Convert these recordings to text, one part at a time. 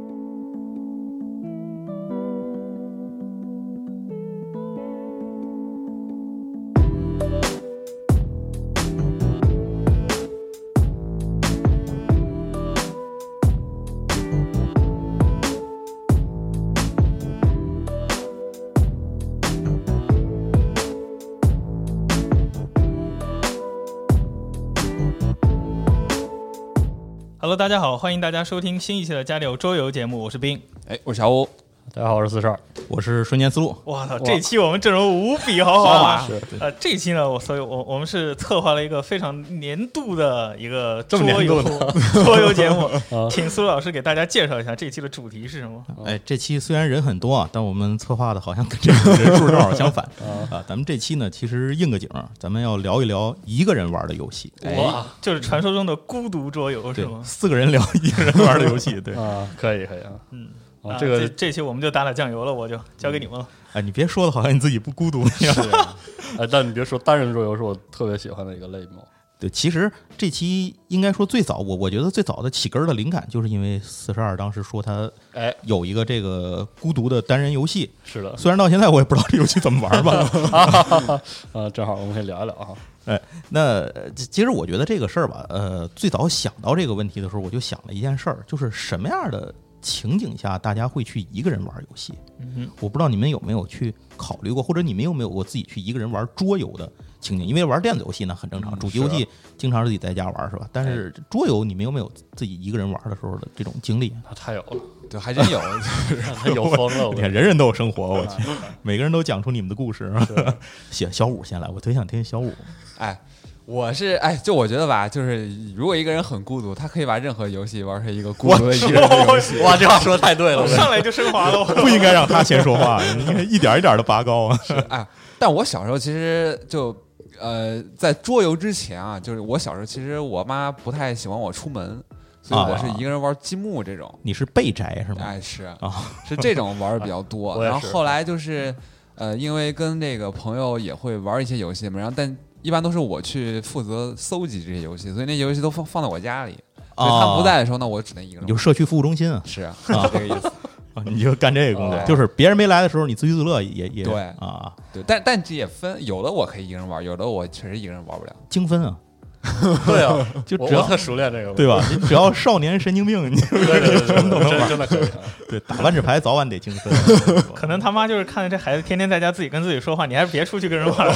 Hello，大家好，欢迎大家收听新一期的《家里有周游》节目，我是冰。哎，我是小欧，大家好，我是四十二。我是瞬间思路。我操，这期我们阵容无比豪华啊！呃，这期呢，我所以我我们是策划了一个非常年度的一个这么桌年游度 桌游节目，啊请苏老师给大家介绍一下这期的主题是什么？哎，这期虽然人很多啊，但我们策划的好像跟这个人数正好相反啊啊。咱们这期呢，其实应个景儿，咱们要聊一聊一个人玩的游戏。哎哇，就是传说中的孤独桌游是对，吗？四个人聊一个人玩的游戏。对，啊，可以可以啊，嗯，哦啊这个这这期我们就打打酱油了，我就交给你们了。哎，你别说的好像你自己不孤独一样。哎，但你别说，单人桌游是我特别喜欢的一个类目。对，其实这期应该说最早，我我觉得最早的起根儿的灵感，就是因为四十二当时说他哎，有一个这个孤独的单人游戏，是 的，虽然到现在我也不知道这游戏怎么玩吧。啊，正好我们可以聊一聊啊。那呃其其实我觉得这个事儿吧，呃，最早想到这个问题的时候，我就想了一件事儿，就是什么样的情景下大家会去一个人玩游戏？嗯我不知道你们有没有去考虑过，或者你们有没有过自己去一个人玩桌游的情景？因为玩电子游戏呢很正常，主机游戏经常是自己在家玩是吧？但是桌游你们有没有自己一个人玩的时候的这种经历？啊那啊太有 了，对，还真有。太有风了，我你跟 看，你人人都有生活，我去，每个人都讲出你们的故事。 小小五先来，我特别想听小五。 哎， 我是哎，就我觉得吧，就是如果一个人很孤独，他可以把任何游戏玩成一个孤独的一个人的游戏。 说。哇，这话说的太对了，我跟你上来就升华了，我不应该让他先说话，你应该一点一点的拔高啊。哎，但我小时候其实就呃，在桌游之前啊，就是我小时候其实我妈不太喜欢我出门，所啊以我是一个人玩积木这种。你是被宅是吗？哎，是啊是这种玩的比较多。我也然后是后来就是，呃，因为跟这个朋友也会玩一些游戏嘛，然后但一般都是我去负责搜集这些游戏，所以那游戏都放放在我家里。所以他啊们不在的时候呢，我只能一个你人就玩。社区服务中心 啊，是啊，是这个意思。啊 你就干这个工作，哦就是别人没来的时候，你自娱自乐也也对啊，对，但但这也分，有的我可以一个人玩，有的我确实一个人玩不了。精分啊，对啊，就我只我要特熟练这个， 对吧？你只要少年神经病，你 就对？对对对对对，真真的可以啊。对打万智牌早晚得精分啊。可能他妈就是看着这孩子天天在家自己跟自己说话，你还是别出去跟人 玩了。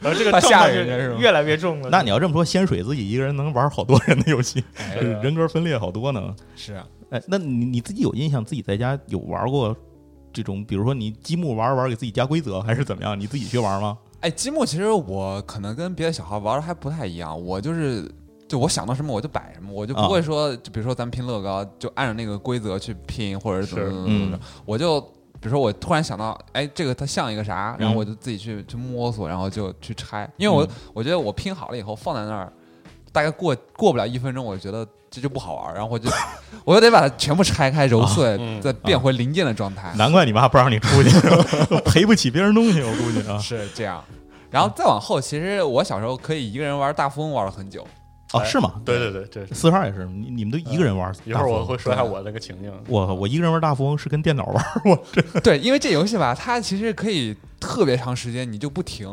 然后这个怕状吓态人家是就吗越来越重了。 那你要这么说，仙水自己一个人能玩好多人的游戏，就是哎啊人格分裂好多呢。是啊，哎，那你你自己有印象，自己在家有玩过这种，比如说你积木玩着玩着给自己加规则，还是怎么样？你自己去玩吗？哎，积木其实我可能跟别的小孩玩的还不太一样，我就是。就我想到什么我就摆什么，我就啊不会说，就比如说咱们拼乐高，就按照那个规则去拼，或者是怎么是怎么嗯怎么着。我就比如说我突然想到，哎，这个它像一个啥，然后嗯我就自己去去摸索，然后就去拆，因为我、嗯我觉得我拼好了以后放在那儿，大概过过不了一分钟，我就觉得这就不好玩儿，然后我就 我就得把它全部拆开揉碎，嗯再变回零件的状态。啊难怪你妈不让你出去， 赔不起别人东西，我估 计啊。是这样。然后再往后，其实我小时候可以一个人玩大富翁玩了很久。啊，是吗？哎对对对，这是。四十二也是，你你们都一个人玩大富翁。啊一会儿我会说一下我那个情境。我我一个人玩大富翁是跟电脑玩，对，因为这游戏吧，它其实可以特别长时间，你就不停。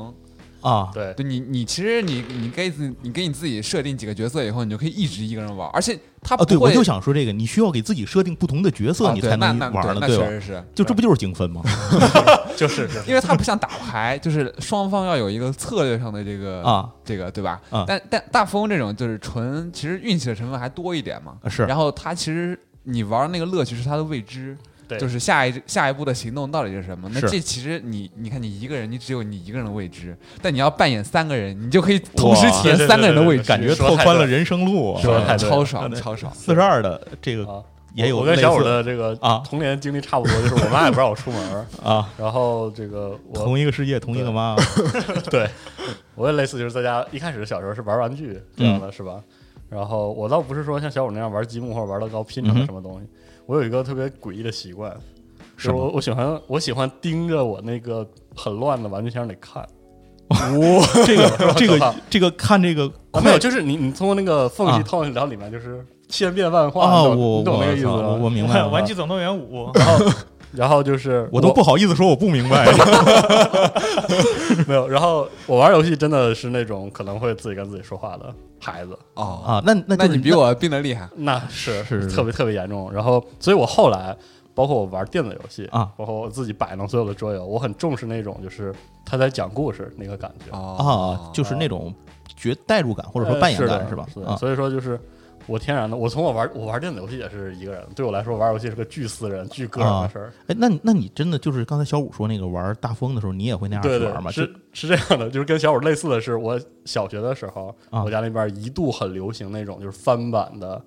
啊，对，对你，你其实你你给自你给你自己设定几个角色以后，你就可以一直一个人玩，而且他不啊，会对，我就想说这个，你需要给自己设定不同的角色，啊你对才那能那玩对了，那对确吧？实是就这不就是精分吗？就是是，因为它不像打牌， 就是双方要有一个策略上的这个啊，这个对吧？啊但但大富翁这种就是纯其实运气的成分还多一点嘛。啊是然后它其实你玩那个乐趣是它的未知，对就是下一下一步的行动到底是什么？那是这其实你你看你一个人，你只有你一个人的未知，但你要扮演三个人，你就可以同时体验对对三个人的对对未对知，感觉说拓太宽对了人生路。啊说得太对了超爽对超爽。四十二的这个啊也有我跟类小五似的这个啊童年经历差不多，就是我妈也不让我出门儿，啊，然后这个我同一个世界，同一 个妈。对，我也类似，就是在家一开始小时候是玩玩具这样嗯的，是吧？然后我倒不是说像小五那样玩积木或者玩乐高拼成嗯了哼什么东西，我有一个特别诡异的习惯，就是是吗我我喜欢我喜欢盯着我那个很乱的玩具箱里 看。这个这我靠个这个看这个啊没快有，就是你你通过那个缝隙啊套进去，然后里面就是千变万化啊，你懂我你懂那个我意思操吗？我 明白了。玩具总动员五，然后然后就是我都不好意思说我不明 白没有。然后我玩游戏真的是那种可能会自己跟自己说话的孩子，哦，啊。那那那就是你比我病得厉害。那是是是特别特别严重。然后，所以我后来包括我玩电子游戏啊，包括我自己摆弄所有的桌游，我很重视那种就是他在讲故事那个感觉，啊，就是那种觉代入感或者说扮演呃感是吧的？的啊，所以说就是。我天然的，我从我玩我玩电子游戏也是一个人，对我来说玩游戏是个巨私人、巨个人的事儿。哎，那你那你真的就是刚才小五说那个玩大风的时候，你也会那样去对对玩，吗？是就是这样的，就是跟小五类似的是，我小学的时候，啊我家那边一度很流行那种就是翻版的，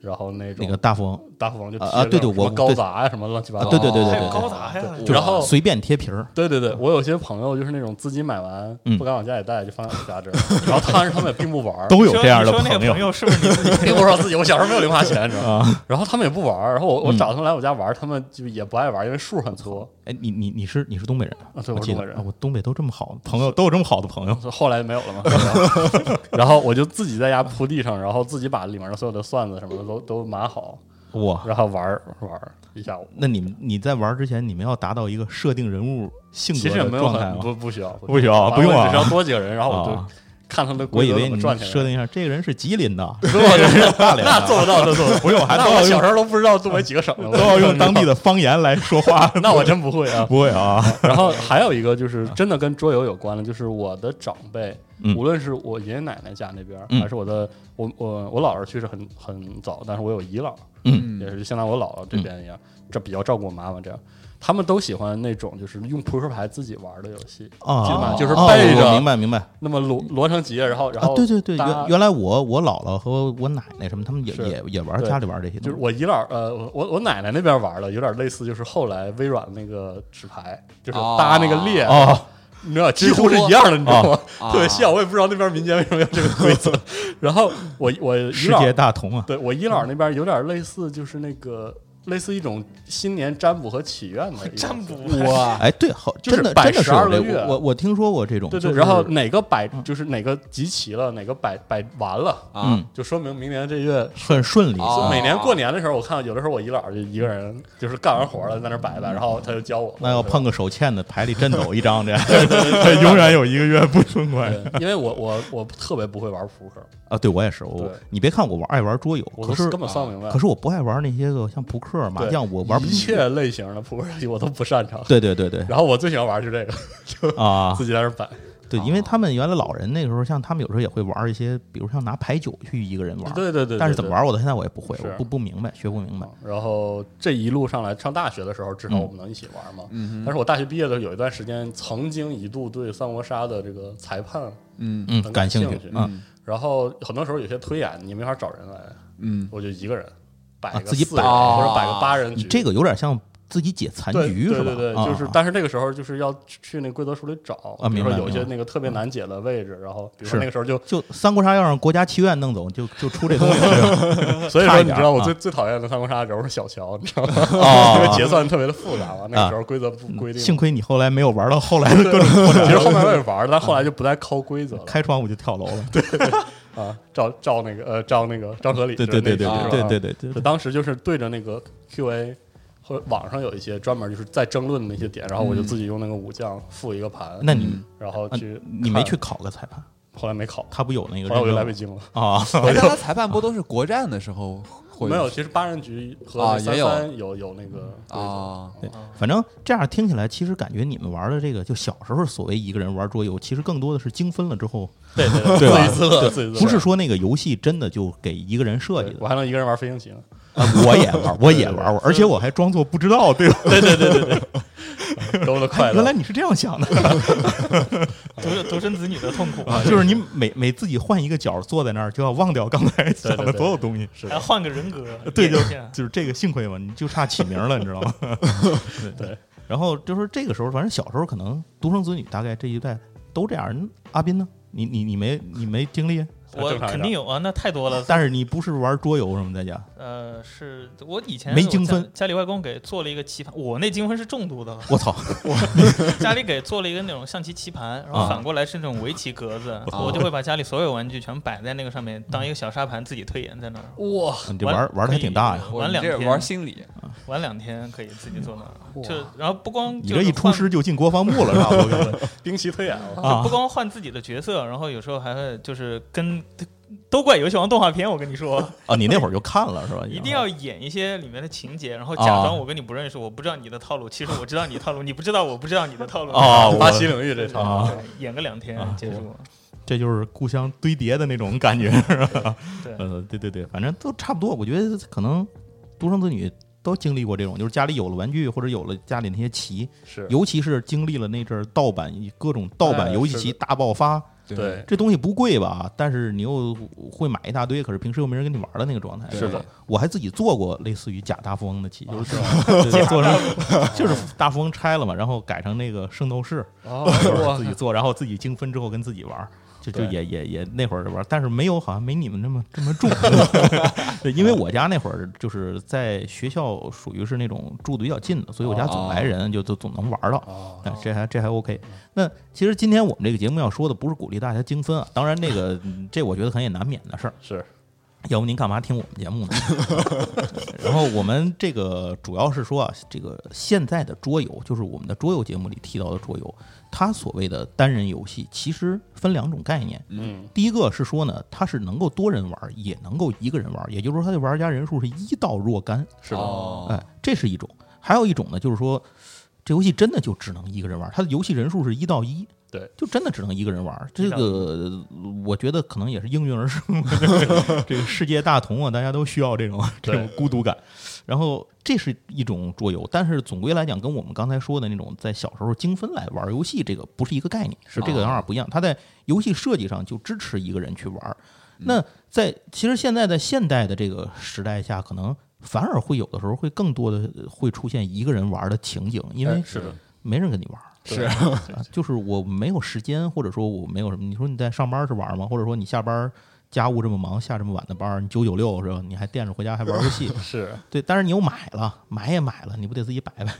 然后那种那个大风大富翁就啊贴啊着对对什么我高对达呀什么乱七八啊，糟对对对对还对有对，高达呀，就是然后随便贴皮儿对对对，我有些朋友就是那种自己买完嗯不敢往家里带，就放在我家这儿，然后当时他们也并不玩儿，都你有说这样的你说那个朋友友是不是你自己？并不知道自己我小时候没有零花钱，你知道吗？啊。 然后他们也不玩儿，然后我我嗯找他们来我家玩儿，他们就也不爱玩儿，因为数很多。哎，你你你是你是东北人啊？啊对我是记得东北人啊我东北都这么好，朋友都有这么好的朋友 后来没有了嘛，然后然后我就自己在家铺地上，然后自己把里面的所有的蒜子什么的都都码好，哇！然后玩儿玩儿一下午。那你们你在玩之前，你们要达到一个设定人物性其格实也的没有状态很不吗？不需要，不需要完了不用我啊只需要多几个人，然后我就啊看他们的我规以则为怎么你赚设钱。定一下，这个人是 吉林的，如果是大连那的，做不 到，这做不到。不用，还都那我要小用时候都不知道东北几个省了，，都要用当地的方言来说话 那我 真不会啊。不会啊？然后还有一个就是真的跟桌游有关的，就是我的长辈，嗯无论是我爷爷奶奶家那边，嗯还是我的我我我姥姥去世很很早，但是我有姨姥，嗯也是相当于我姥姥这边一样，这比较照顾我妈妈这样。他们都喜欢那种就是用扑克牌自己玩的游戏，记得啊吧，就是哦背我着明白明白那么摞摞成结，然后然啊后、，对对对，搭原原来我我姥姥和我奶奶什么，他们也是也也玩对家里玩这些就东是西，我姨姥，呃，我我我奶奶那边玩的，有点类似，就是后来微软那个纸牌，就是搭那个列，哦，你知道，几乎是一样的，你知道吗？啊特别像，我也不知道那边民间为什么要这个规 则。然后我我姨世界姥，大同啊，对我姨姥那边有点类似，就是那个类似一种新年占卜和祈愿的一种占卜 哇。哎，对，好，就是真的摆真的是有12个这月个，我我听说过这种，对就对，是然后哪个摆就是哪个集齐了，哪个摆摆完了，啊嗯，就说明明年这月很顺利，哦每年过年的时候，我看有的时候我姨姥就一个人，就是干完活了在那儿摆摆，然后她就教我。那要碰个手欠的，牌里真抖一张，这永远有一个月不存款对，因为我我我特别不会玩扑克，啊！对我也是，我对你别看我玩爱玩桌游，我可都是根本算不明白。可是我不爱玩那些个像扑克、麻对将，我玩不一起。切类型的扑克游戏我都不擅长。对对对 对然后我最喜欢玩就这个，就啊自，己啊在那儿摆。对，因为他们原来老人那个时候，像他们有时候也会玩一些，比如像拿牌九去一个人玩，对对对，但是怎对么？玩我到现在我也不会，是哦我不不明白，学不明白对。然后这一路上来，上大学的时候，至少我们能一起玩嘛。嗯但是我大学毕业的时候有一段时间，曾经一度对三国杀的这个裁判，嗯嗯很，感感兴兴趣趣嗯然后很多时候有些推演你没法找人来，嗯我就一个人摆啊一个自己四摆人或者摆个八人你局，这个有点像自己解残嗯对局对是吧？对对，啊就是，但是那个时候就是要去那个规则书里找，啊比明如白说有一些明白那个特别难解的位置，然后比如说是那个时候就，就三国杀要让国家七院弄走，就就出 这东西啊了所以差说一你点知道我啊最最讨厌的三国杀人物是小乔，你知道吗？因为啊结算特别的复杂嘛，那个时候规则不规定。幸亏你后来没有玩到后来的嗯各种其实后面我也玩了，但后来就不再抠规则了开窗户就跳楼了。啊，照照那个呃，照那个张合理对对对对是吧对对对对就对当时就是对着那个 QA，或者网上有一些专门就是在争论的一些点，然后我就自己用那个武将复一个盘，嗯那你然后啊嗯去你没看去，考个裁判？后来没考，他不有那个后来我就来认北证京了。啊？哎那他裁判不都是国战的时候会没有，其实八人局啊和三也有三有有那个规则，啊？对，反正这样听起来，其实感觉你们玩的这个，就小时候所谓一个人玩桌游，其实更多的是精分了之后，对对对， 对自吧娱自乐，自娱自乐，不是说那个游戏真的就给一个人设计对的。我还能一个人玩飞行棋呢。啊我也玩，我也玩过，而且我还装作不知道，对吧？对对对对对，多么的快乐！哎原来你是这样想的，独独生子女的痛苦，就是你每每自己换一个角坐在那儿，就要忘掉刚才想对对的对所有东西。是还要换个人格，对，也就是这样就是这个，幸亏嘛，你就差起名了，你知道吗？ 对。然后就是这个时候，反正小时候可能独生子女大概这一代都这样。嗯阿斌呢？你你你没你没经历？啊我正常一点肯定有啊，那太多了。但是你不是玩桌游什么在家？呃，是我以前没我家精分，。家里外公给做了一个棋盘，我那精分是重度的了 我操！家里给做了一个那种象棋棋盘，然后啊哦反过来是那种围棋格子，我就会把家里所有玩具全摆在那个上面，当一个小沙盘自己推演在那儿。哇，你这玩玩的还挺大呀！我玩你两这天玩心理，玩两天可以自己做那儿，就然后不光你就这是一出换师就进国防部了，差不多兵棋推演了，啊不！光换自己的角色，然后有时候还会就是跟都怪游戏王动画片，我跟你说，啊，你那会儿就看了是吧？一定要演一些里面的情节，然啊后假装我跟你不认识，我不知道你的套路，其实我知道你套路，你不知道我不知道你的套路啊！我巴西领域这场，啊，对演个两天啊结束，这就是故乡堆叠的那种 感觉，是吧？对呃，对对对，反正都差不多。我觉得可能独生子女都经历过这种，就是家里有了玩具或者有了家里那些棋，是尤其是经历了那阵儿盗版各种盗版哎游戏是机的大爆发，对，这东西不贵吧？但是你又会买一大堆，可是平时又没人跟你玩的那个状态。是的，啊我还自己做过类似于假大富翁的棋，就是是 对对做成 就是大富翁拆了嘛，然后改成那个圣斗士，哦 就是哇自己做，然后自己精分之后跟自己玩儿，就就对也也也那会儿就玩儿，但是没有好像没你们那么这么 重， 对，因为我家那会儿就是在学校属于是那种住的比较近的，所以我家总来人，就都总能玩儿到。哦嗯但这还这还 OK。那其实今天我们这个节目要说的不是鼓励大家精分啊，当然那 个嗯这我觉得很也难免的事儿。是要不您干嘛听我们节目呢？ 然后我们这个主要是说啊，这个现在的桌游，就是我们的桌游节目里提到的桌游，它所谓的单人游戏其实分两种概念。嗯第一个是说呢，它是能够多人玩，也能够一个人玩，也就是说它的玩家人数是一到若干。是的，哦，哎，这是一种。还有一种呢，就是说这游戏真的就只能一个人玩，它的游戏人数是一到一。对，就真的只能一个人玩。这一到一个我觉得可能也是应运而生，这个世界大同啊，大家都需要这种这对种孤独感。然后这是一种桌游，但是总归来讲，跟我们刚才说的那种在小时候精分来玩游戏这个不是一个概念，是这个有点不一样。它在游戏设计上就支持一个人去玩儿。那在其实现在在现代的这个时代下，可能反而会有的时候会更多的会出现一个人玩的情景，因为哎是的，没人跟你玩儿。是，啊，就是我没有时间，或者说我没有什么。你说你在上班是玩吗？或者说你下班家务这么忙，下这么晚的班儿，你九九六是吧？你还惦着回家还玩游戏是 对。但是你又买了，买也买了，你不得自己摆摆？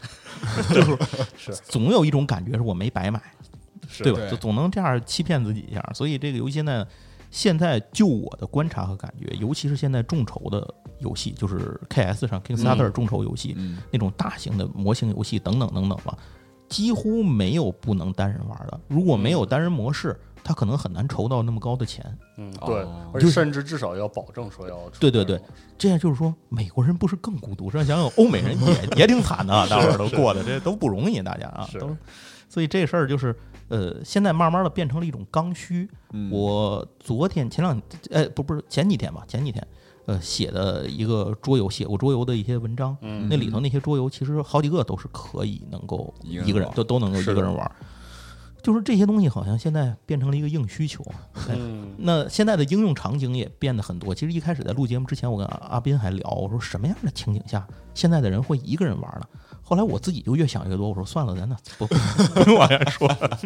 就是总有一种感觉是我没白买，是对吧？对就总能这样欺骗自己一下。所以这个游戏现在，现在就我的观察和感觉，尤其是现在众筹的游戏，就是 KS 上 Kickstarter 众筹游戏，嗯，那种大型的模型游戏等等等等了，几乎没有不能单人玩的。如果没有单人模式，它可能很难筹到那么高的钱。嗯对哦，而且就是甚至至少要保证说要出对对这对种，这样就是说，美国人不是更孤独？这样想想，欧美人 也也挺惨的啊，大伙儿都过的，这都不容易，大家啊，是都。所以这事儿就是，呃，现在慢慢的变成了一种刚需。嗯我昨天前两，呃，不不是前几天吧，前几天，呃，写的一个桌游，写过桌游的一些文章，嗯那里头那些桌游其实好几个都是可以能够一个人一个人玩都都能够一是的个人玩儿。就是这些东西好像现在变成了一个硬需求，哎 嗯那现在的应用场景也变得很多。其实一开始在录节目之前，我跟阿阿斌还聊，我说什么样的情景下现在的人会一个人玩呢？后来我自己就越想越多，我说算了，咱那 不不用往下说了。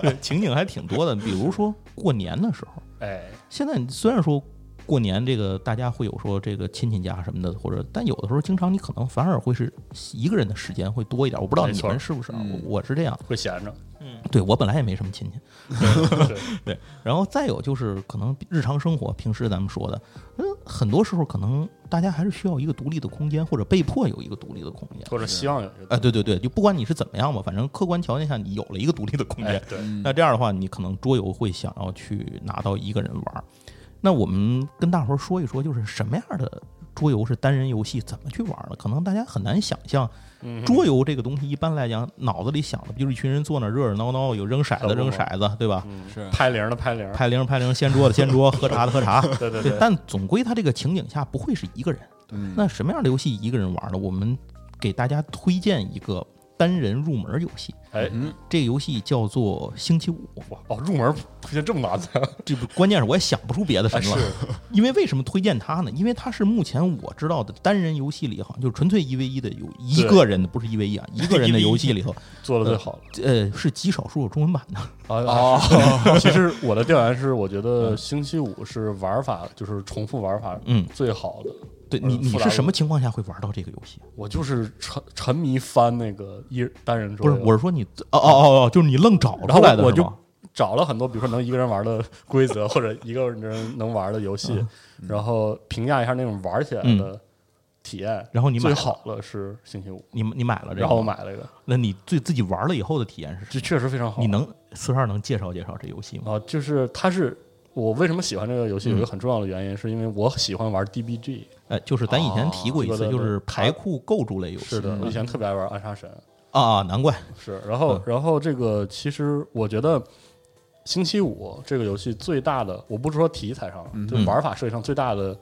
对，情景还挺多的，比如说过年的时候，哎现在虽然说过年这个大家会有说这个亲戚家什么的，或者但有的时候经常你可能反而会是一个人的时间会多一点。我不知道没你错们是不是啊，嗯我我是这样。会闲着，嗯，对我本来也没什么亲戚，对对然后再有就是可能日常生活，平时咱们说的，嗯，很多时候可能大家还是需要一个独立的空间，或者被迫有一个独立的空间。或者希望有一个啊，对对对，就不管你是怎么样吧，反正客观条件下你有了一个独立的空哎间，对，那这样的话，你可能桌游会想要去拿到一个人玩儿。那我们跟大伙儿说一说，就是什么样的桌游是单人游戏，怎么去玩儿呢？可能大家很难想象，嗯桌游这个东西一般来讲，脑子里想的不就是一群人坐那儿热热闹闹，有扔骰子扔骰子，对吧？是拍零的拍零，拍铃儿拍铃儿，掀桌子掀桌，喝茶的喝茶。对对对，但总归它这个情景下不会是一个人。那什么样的游戏一个人玩儿呢？我们给大家推荐一个单人入门儿游戏，哎，这个游戏叫做《星期五》。哇哦，入门推 荐这啊么啊难的，这不关键是我也想不出别的什么了。因为为什么推荐它呢？因为它是目前我知道的单人游戏里，好像就是纯粹一 v 一的有一个人的，不是一 v 一啊，一个人的游戏 里头，做的最好了。呃，是极少数有中文版的。啊，哦， 其实我的调研是，我觉得星期五是玩法就是重复玩法嗯，最好的。对你嗯你复杂的是什么情况下会玩到这个游戏？我就是沉沉迷翻那个一单人桌不游，是，我是说你哦哦哦哦，就是你愣找然后出来的我是就吗？找了很多，比如说能一个人玩的规则，或者一个人能玩的游嗯戏，然后评价一下那种玩起来的体验。然嗯后你买最了好了是星期五，你你买了这个？然后我。买了一个，那你最自己玩了以后的体验是什这确实非常好。么？你能四十二能介绍介绍这游戏吗？啊，就是它是我为什么喜欢这个游戏，有嗯一个很重要的原因，是因为我喜欢玩 DBG。呃，就是咱以前提过一哦对次，对就是对牌库构筑类游戏。嗯是的，我以前特别爱玩暗杀神。啊啊，难怪。是，然后嗯然后这个其实我觉得。星期五这个游戏最大的，我不是说题材上，就嗯玩法设计上最大的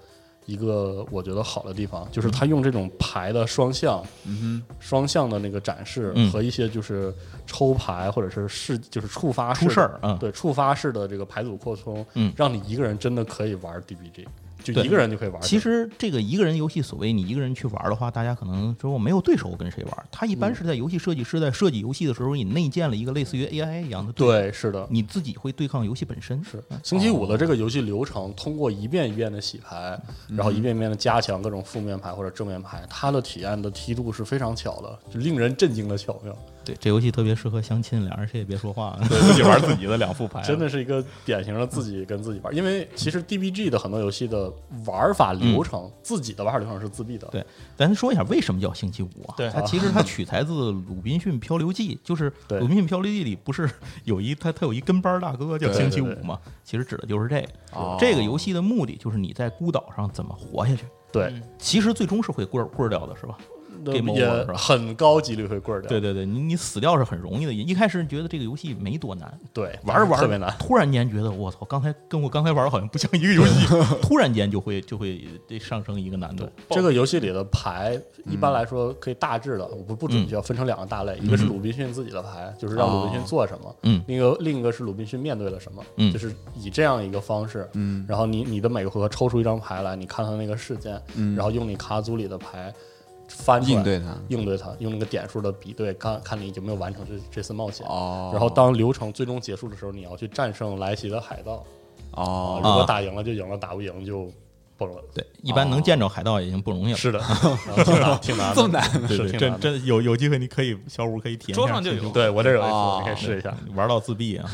一个我觉得好的地方，嗯就是它用这种牌的双向、嗯双向的那个展示嗯和一些就是抽牌或者是事，就是触发出式事的儿嗯对触发式的这个牌组扩充，嗯让你一个人真的可以玩 DBG，就对一个人就可以玩。其实这个一个人游戏，所谓你一个人去玩的话，大家可能说我没有对手，我跟谁玩？他一嗯般是在游戏设计师在设计游戏的时候，你内建了一个类似于 AI 一样的手，对，是的，你自己会对抗游戏本身。啊是星期五哦的这个游戏流程，通过一遍一遍的洗牌，嗯然后一遍一遍的加强各种负面牌或者正面牌，它的体验的梯度是非常巧的，就令人震惊的巧妙，对，这游戏特别适合相亲，俩人谁也别说话，自己玩自己的两副 牌。真的是一个典型的自己跟自己玩。因为其实 DBG 的很多游戏的玩法流程，嗯自己的玩法流程是自闭的，对，咱说一下为什么叫星期五啊？对它其实它取材自《鲁滨逊漂流记》，就是《对鲁滨逊漂流记》里不是有一他他有一跟班大哥叫对星期五对对嘛？其实指的就是这个。哦这个游戏的目的就是你在孤岛上怎么活下去。对，其实最终是会棍儿棍儿掉的，是吧？那 Game 也 over 是吧很高几率会棍儿掉。对对对，你你死掉是很容易的。一开始觉得这个游戏没多难，对，玩着玩着特别难。突然间觉得我操，刚才跟我刚才玩的好像不像一个 游戏，突然间就会就会这上升一个难度。这个游戏里的牌一般来说可以大致的，我不不准确，分成两个大类，一个是鲁滨逊自己的牌，就是让鲁滨逊做什么，嗯另一个另一个是鲁滨逊面对了什么，嗯就是以这样一个方式，嗯，然后你你的每个回合抽出一张牌来，你看看那个事件，嗯，然后用你卡组里的牌翻出来应对它应对它，用那个点数的比对，看看你有没有完成这这次冒险，哦然后当流程最终结束的时候，你要去战胜来袭的海盗，啊哦，如果打赢了就赢了，打不赢就崩了。对，一般能见着海盗已经不容易了。哦是的，挺难， 挺难的，这么难 是对对，挺真难的。真有有机会，你可以小五可以体验一下桌上就有这种对我这有一哦次，你可以试一下，玩到自闭啊。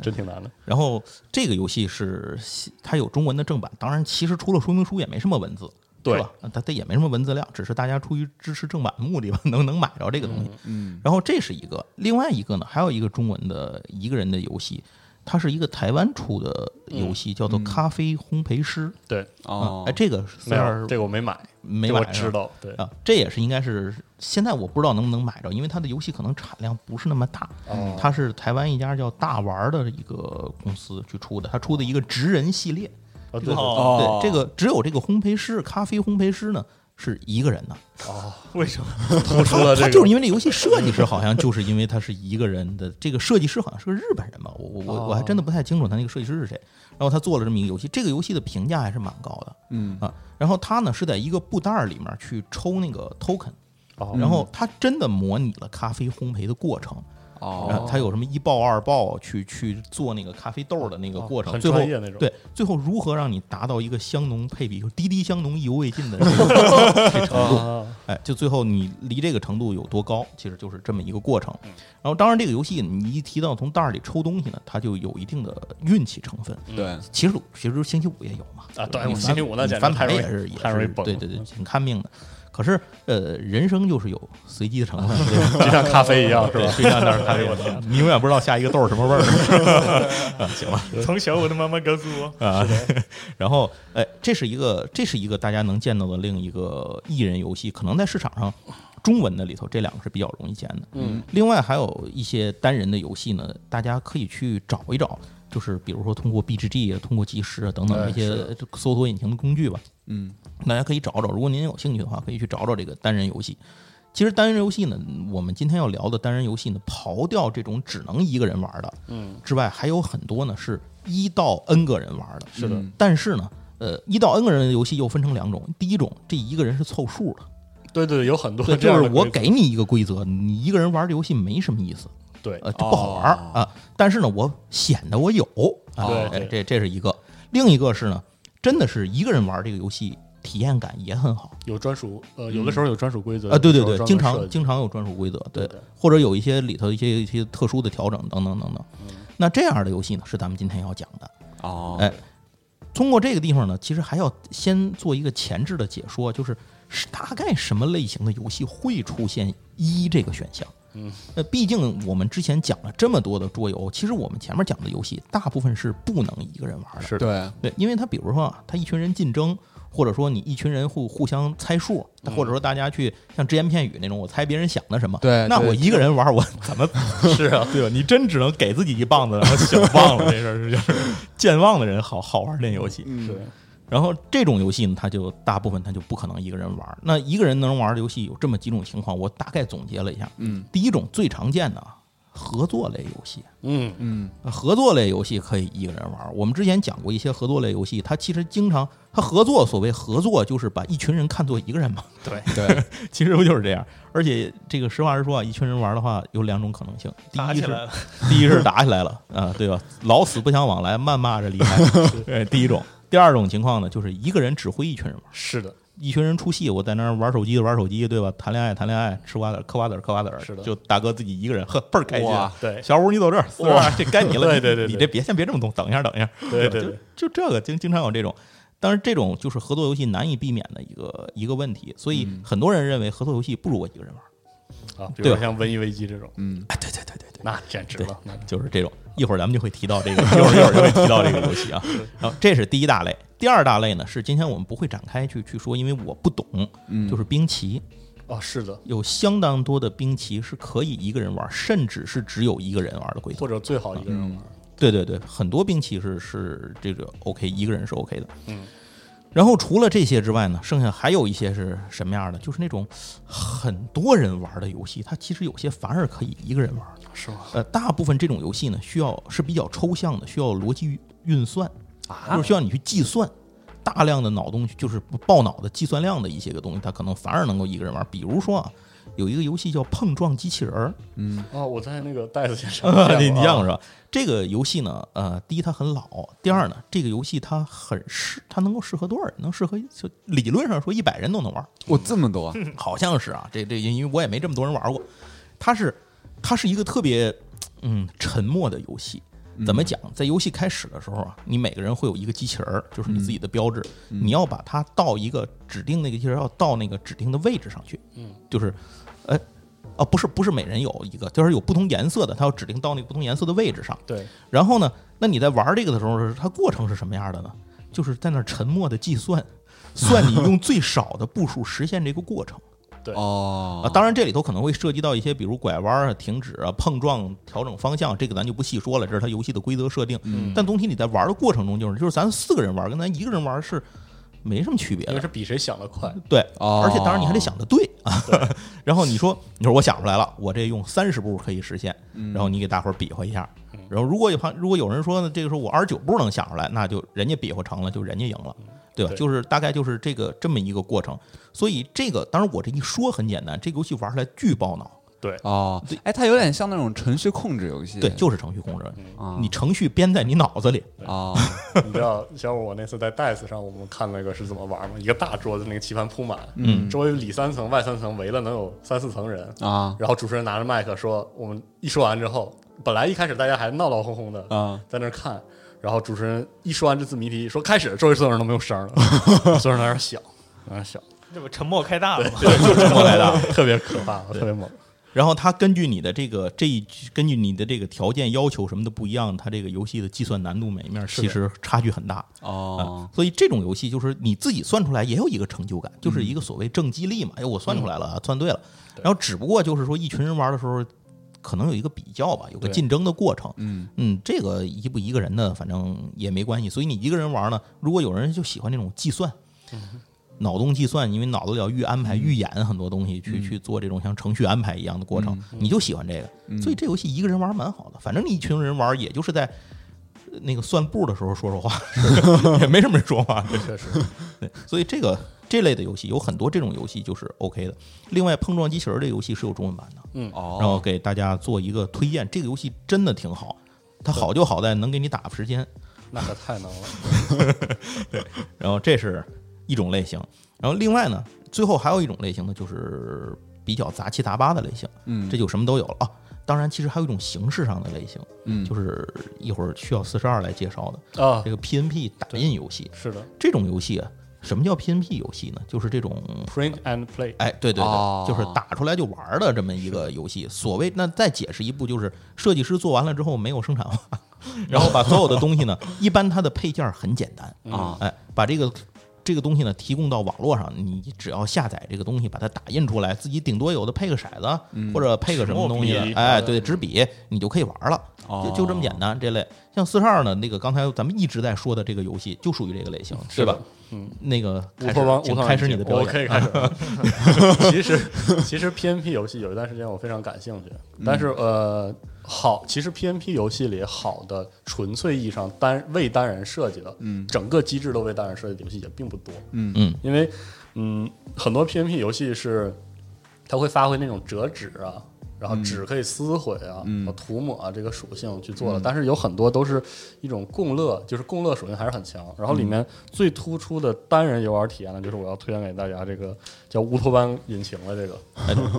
真挺难的。然后这个游戏是它有中文的正版，当然其实除了说明书也没什么文字，对是吧？呃它它也没什么文字量，只是大家出于支持正版的目的吧， 能能买着这个东西。嗯，然后这是一个，另外一个呢，还有一个中文的一个人的游戏。它是一个台湾出的游嗯戏，叫做《咖啡烘焙师》对，哦啊，哎，这个虽没然有这个我没买，没这我买知上道。对，啊，这也是应该是现在我不知道能不能买着，因为它的游戏可能产量不是那么大。哦它是台湾一家叫大玩儿的一个公司去出的，它出的一个职人系列。哦对，哦哦对，这个只有这个烘焙师，咖啡烘焙师呢是一个人的。哦为什么？ 突出了他这就是个因为这游戏设计师好像就是因为他是一个人的，这个设计师好像是个日本人吧，我我我我还真的不太清楚他那个设计师是谁。然后他做了这么一个游戏，这个游戏的评价还是蛮高的，嗯啊。然后他呢是在一个布袋儿里面去抽那个 token，哦然后他真的模拟了咖啡烘焙的过程。然后哦，它有什么一爆二爆去去做那个咖啡豆的那个过哦程，很最后专业那种对最后如何让你达到一个香浓配比，就是滴滴香浓意犹未尽的 这个这程度，啊，哎，就最后你离这个程度有多高，其实就是这么一个过程。嗯然后当然这个游戏你一提到从袋儿里抽东西呢，它就有一定的运气成分。对，其实其实星期五也有嘛嗯啊就是对你我翻星期五那你简直翻太牌容易也是也太容易是崩对了嗯对对，挺看命的。可是呃，人生就是有随机的成 分，就像咖啡一样是吧？哎就像那儿咖啡，你永远不知道下一个豆是什么味儿。啊，行吧从小我的妈妈告诉我，啊，然后哎，这是一个这是一个大家能见到的另一个艺人游戏，可能在市场上中文的里头，这两个是比较容易见的。嗯，另外还有一些单人的游戏呢，大家可以去找一找。就是比如说通过 BGG 啊、通过即时啊等等哎一些是搜索引擎的工具吧，嗯，大家可以找找。如果您有兴趣的话，可以去找找这个单人游戏。其实单人游戏呢，我们今天要聊的单人游戏呢，刨掉这种只能一个人玩的，嗯，之外，还有很多呢是一到 n 个人玩的。是的嗯但是呢，呃，一到 n 个人的游戏又分成两种，第一种，这一个人是凑 数的，对对，有很多对，这就样是的我规则给你一个规则，你一个人玩这游戏没什么意思，对哦呃，这不好玩儿啊、但是呢，我显得我有啊，对哎对这这是一个。另一个是呢，真的是一个人玩这个游戏体验感也很好有专属呃，有的时候有专属规则嗯啊，对对对，有的时候专门经设常计经常有专属规则，对对或者有一些里头一些一些特殊的调整等等等等。嗯那这样的游戏呢，是咱们今天要讲的。哦，哎，通过这个地方呢，其实还要先做一个前置的解说，就是是大概什么类型的游戏会出现一这个选项。嗯，呃，毕竟我们之前讲了这么多的桌游，其实我们前面讲的游戏大部分是不能一个人玩的，是的，对，对，因为他比如说啊，他一群人竞争，或者说你一群人互互相猜数，或者说大家去像只言片语那种，我猜别人想的什么。对那对我一个人玩儿，我怎么是啊？对吧？你真只能给自己一棒子，然后想忘了这事儿，是就是健忘的人好好玩儿这游戏。嗯对，然后这种游戏呢，它就大部分它就不可能一个人玩儿。那一个人能玩儿的游戏有这么几种情况，我大概总结了一下。嗯，第一种最常见的啊合作类游戏，嗯嗯，合作类游戏可以一个人玩儿。我们之前讲过一些合作类游戏，它其实经常它合作，所谓合作就是把一群人看作一个人嘛， 对，其实不就是这样？而且这个实话实说啊，一群人玩儿的话有两种可能性， 第打一起是来了，第一是打起来了啊，对吧？老死不相往来，谩骂着 离开，对，第一种。第二种情况呢，就是一个人指挥一群人玩儿，是的，一群人出戏，我在那儿玩手机的玩手机，对吧？谈恋爱谈恋爱，吃瓜子儿嗑瓜子儿嗑瓜子儿，是的就大哥自己一个人，呵，倍儿开心。哇对小五你走这儿，四 十哇二，这该你了。对对你对对你这别先别这么动，等一下等一下。对对吧对就就这个经经常有这种，当然这种就是合作游戏难以避免的一个一个问题，所以嗯很多人认为合作游戏不如我一个人玩。啊，比对如吧像《瘟疫危机》这种，嗯，哎，对对对对对，那简直了，那就是这种。一会儿咱们就会提到这个，一会儿一会儿就会提到这个游戏啊。然后这是第一大类，第二大类呢是今天我们不会展开去去说，因为我不懂，就是兵棋。啊，是的，有相当多的兵棋是可以一个人玩，甚至是只有一个人玩的规则或。者最好一个嗯人玩，对对对，很多兵棋是是这个 OK，一个人是 OK 的。嗯。然后除了这些之外呢，剩下还有一些是什么样的？就是那种很多人玩的游戏，它其实有些反而可以一个人玩。是吗？呃，大部分这种游戏呢，需要是比较抽象的，需要逻辑运算，啊就是需要你去计算大量的脑洞，就是爆脑的计算量的一些个东西，它可能反而能够一个人玩。比如说啊，有一个游戏叫《碰撞机器人儿，啊，我在那个袋子先》上， 你你见过啊是吧？这个游戏呢，呃，第一它很老，第二呢，这个游戏它很适，它能够适合多少人？能适合就理论上说一百人都能玩。我这么多，好像是啊，这这因为我也没这么多人玩过，它是它是一个特别嗯沉默的游戏。嗯怎么讲？在游戏开始的时候啊，你每个人会有一个机器人儿，就是你自己的标志，嗯你要把它到一个指定那个机器人儿要到那个指定的位置上去。嗯，就是，呃，啊，不是不是每人有一个，就是有不同颜色的，它要指定到那个不同颜色的位置上。对，然后呢，那你在玩这个的时候，它过程是什么样的呢？就是在那儿沉默的计算，算你用最少的步数实现这个过程。啊哦，，当然这里头可能会涉及到一些，比如拐弯啊、停止啊、碰撞、调整方向，这个咱就不细说了，这是它游戏的规则设定。嗯但总体你在玩的过程中，就是就是咱四个人玩跟咱一个人玩是没什么区别因为是的，比谁想的快，对。哦而且当然你还得想的对啊。 然后你说你说我想出来了，我这用三十步可以实现，然后你给大伙儿比划一下。然后如果有旁如果有人说呢，这个时候我二十九步能想出来，那就人家比划成了，就人家赢了。对吧？对就是大概就是这个这么一个过程，所以这个当然我这一说很简单，这个游戏玩出来巨爆脑，对哦，哎，它有点像那种程序控制游戏，对，就是程序控制，啊你程序编在你脑子里，啊，你知道，像我那次在 DICE 上，我们看那个是怎么玩吗？一个大桌子，那个棋盘铺满，嗯周围里三层外三层围了能有三四层人啊然后主持人拿着麦克说，我们一说完之后，本来一开始大家还闹闹哄哄的啊，在那儿看，然后主持人一说完这次谜题，说开始，周围所有人都没有声了，所有人在那儿想，在那儿想，这不沉默开大了吗？过来的， 特别可怕，特别猛。然后它根据你的这个这一根据你的这个条件要求什么的不一样，它这个游戏的计算难度每一面是其的实差距很大。哦啊，所以这种游戏就是你自己算出来也有一个成就感，就是一个所谓正激励嘛。哎，我算出来了，算对了。然后只不过就是说一群人玩的时候，可能有一个比较吧，有个对竞争的过程。嗯嗯，这个一不一个人的，反正也没关系。所以你一个人玩呢，如果有人就喜欢这种计算。脑洞计算，因为脑子里要预安排、预演很多东西，去去做这种像程序安排一样的过程，你就喜欢这嗯个，嗯所以这游戏一个人玩蛮好的。反正你一群人玩，也就是在呃那个算步的时候说说话， 也没什么人说话，确实，所以这个这类的游戏有很多这种游戏就是 OK 的。另外，碰撞机器人这游戏是有中文版的，然哦，后给大家做一个推荐。这个游戏真的挺好，它好就好在能给你打发时间。那可太能了。然后这是一种类型，然后另外呢，最后还有一种类型呢，就是比较杂七杂八的类型，嗯这就什么都有了啊。当然，其实还有一种形式上的类型，嗯哦就是一会儿需要四十二来介绍的啊这，个 PNP 打印游戏。是的这种游戏啊，什么叫 PNP 游戏呢？就是这种，print and play，哎，对对对，哦就是打出来就玩儿的这么一个游戏。所谓那再解释一步，就是设计师做完了之后没有生产化，然后把所有的东西呢， 一般它的配件儿很简嗯单啊哎，把这个这个东西呢提供到网络上，你只要下载这个东西，把它打印出来，自己顶多有的配个骰子、或者配个什么东西的嗯纸墨笔，呃哎，对，纸笔你就可以玩儿了，哦就就这么简单。这类像四十二呢，那个刚才咱们一直在说的这个游戏就属于这个类型，对吧？嗯，那个乌开托邦，始乌请托邦开始你的表我演，可以开始。 其实，其实 PNP 游戏有一段时间我非常感兴趣，嗯但是呃，好，其实 PNP 游戏里好的纯粹意义上单为单人设计的，嗯，整个机制都为单人设计的游戏也并不多，嗯嗯，因为嗯，很多 PNP 游戏是它会发挥那种折纸啊。然嗯后纸可以撕毁啊，嗯、涂抹啊这个属性去嗯做的，但是有很多都是一种共乐，就是共乐属性还是很强。然后嗯里面最突出的单人游玩体验呢，就是我要推荐给大家这个叫乌托邦引擎了，这个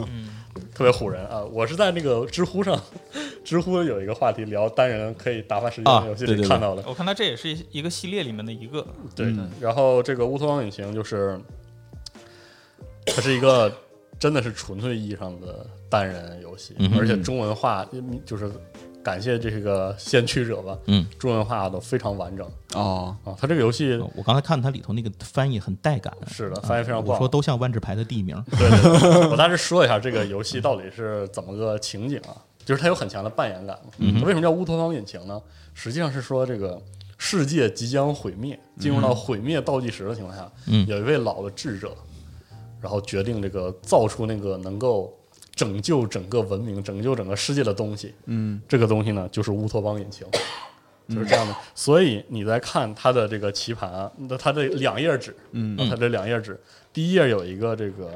特别唬人啊！我是在那个知乎上，知乎有一个话题聊单人可以打发时间啊的游戏对对里对看到的，我看它这也是一个系列里面的一个，对，嗯然后这个乌托邦引擎就是，它是一个真的是纯粹意义上的单人游戏，嗯哼而且中文化嗯就是感谢这个先驱者吧，嗯，中文化都非常完整哦，啊。它这个游戏我刚才看它里头那个翻译很带感，啊是的，翻译非常棒。我说都像万智牌的地名，对对对，我 大致说一下这个游戏到底是怎么个情景啊，就是它有很强的扮演感嘛。为什么叫乌托邦引擎呢？实际上是说这个世界即将毁灭，进入到毁灭倒计时的情况下，嗯有一位老的智者，然后决定这个造出那个能够拯救整个文明、拯救整个世界的东西。嗯，这个东西呢，就是乌托邦引擎。就是这样的，所以你在看它的这个棋盘啊，那它这两页纸，嗯，它这两页纸，第一页有一个这个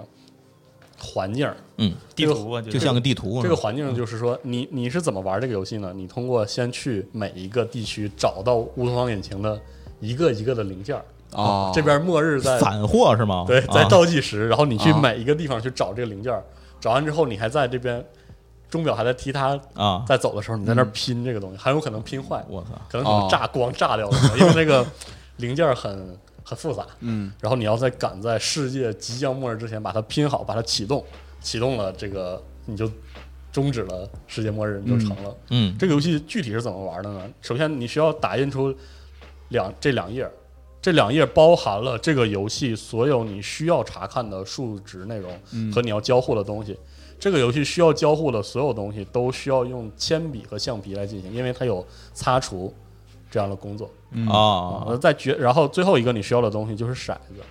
环境儿，嗯，地图啊，就像个地图。这个环境就是说，你你是怎么玩这个游戏呢？你通过先去每一个地区找到乌托邦引擎的一个一个的零件儿哦这边末日在散货是吗？对在啊倒计时，然后你去啊每一个地方去找这个零件儿，找完之后你还在这边钟表还在踢它啊，在走的时候，你在那儿拼这个东西，很有可能拼坏，我操，可能可能炸光炸掉了，因为那个零件儿很很复杂，嗯，然后你要在赶在世界即将末日之前把它拼好，把它启动，启动了这个你就终止了世界末日，你就成了。嗯这个游戏具体是怎么玩的呢？首先你需要打印出两这两页儿，这两页包含了这个游戏所有你需要查看的数值内容和你要交互的东西。这个游戏需要交互的所有东西都需要用铅笔和橡皮来进行，因为它有擦除这样的工作。啊，呃，再决，然后最后一个你需要的东西就是骰子，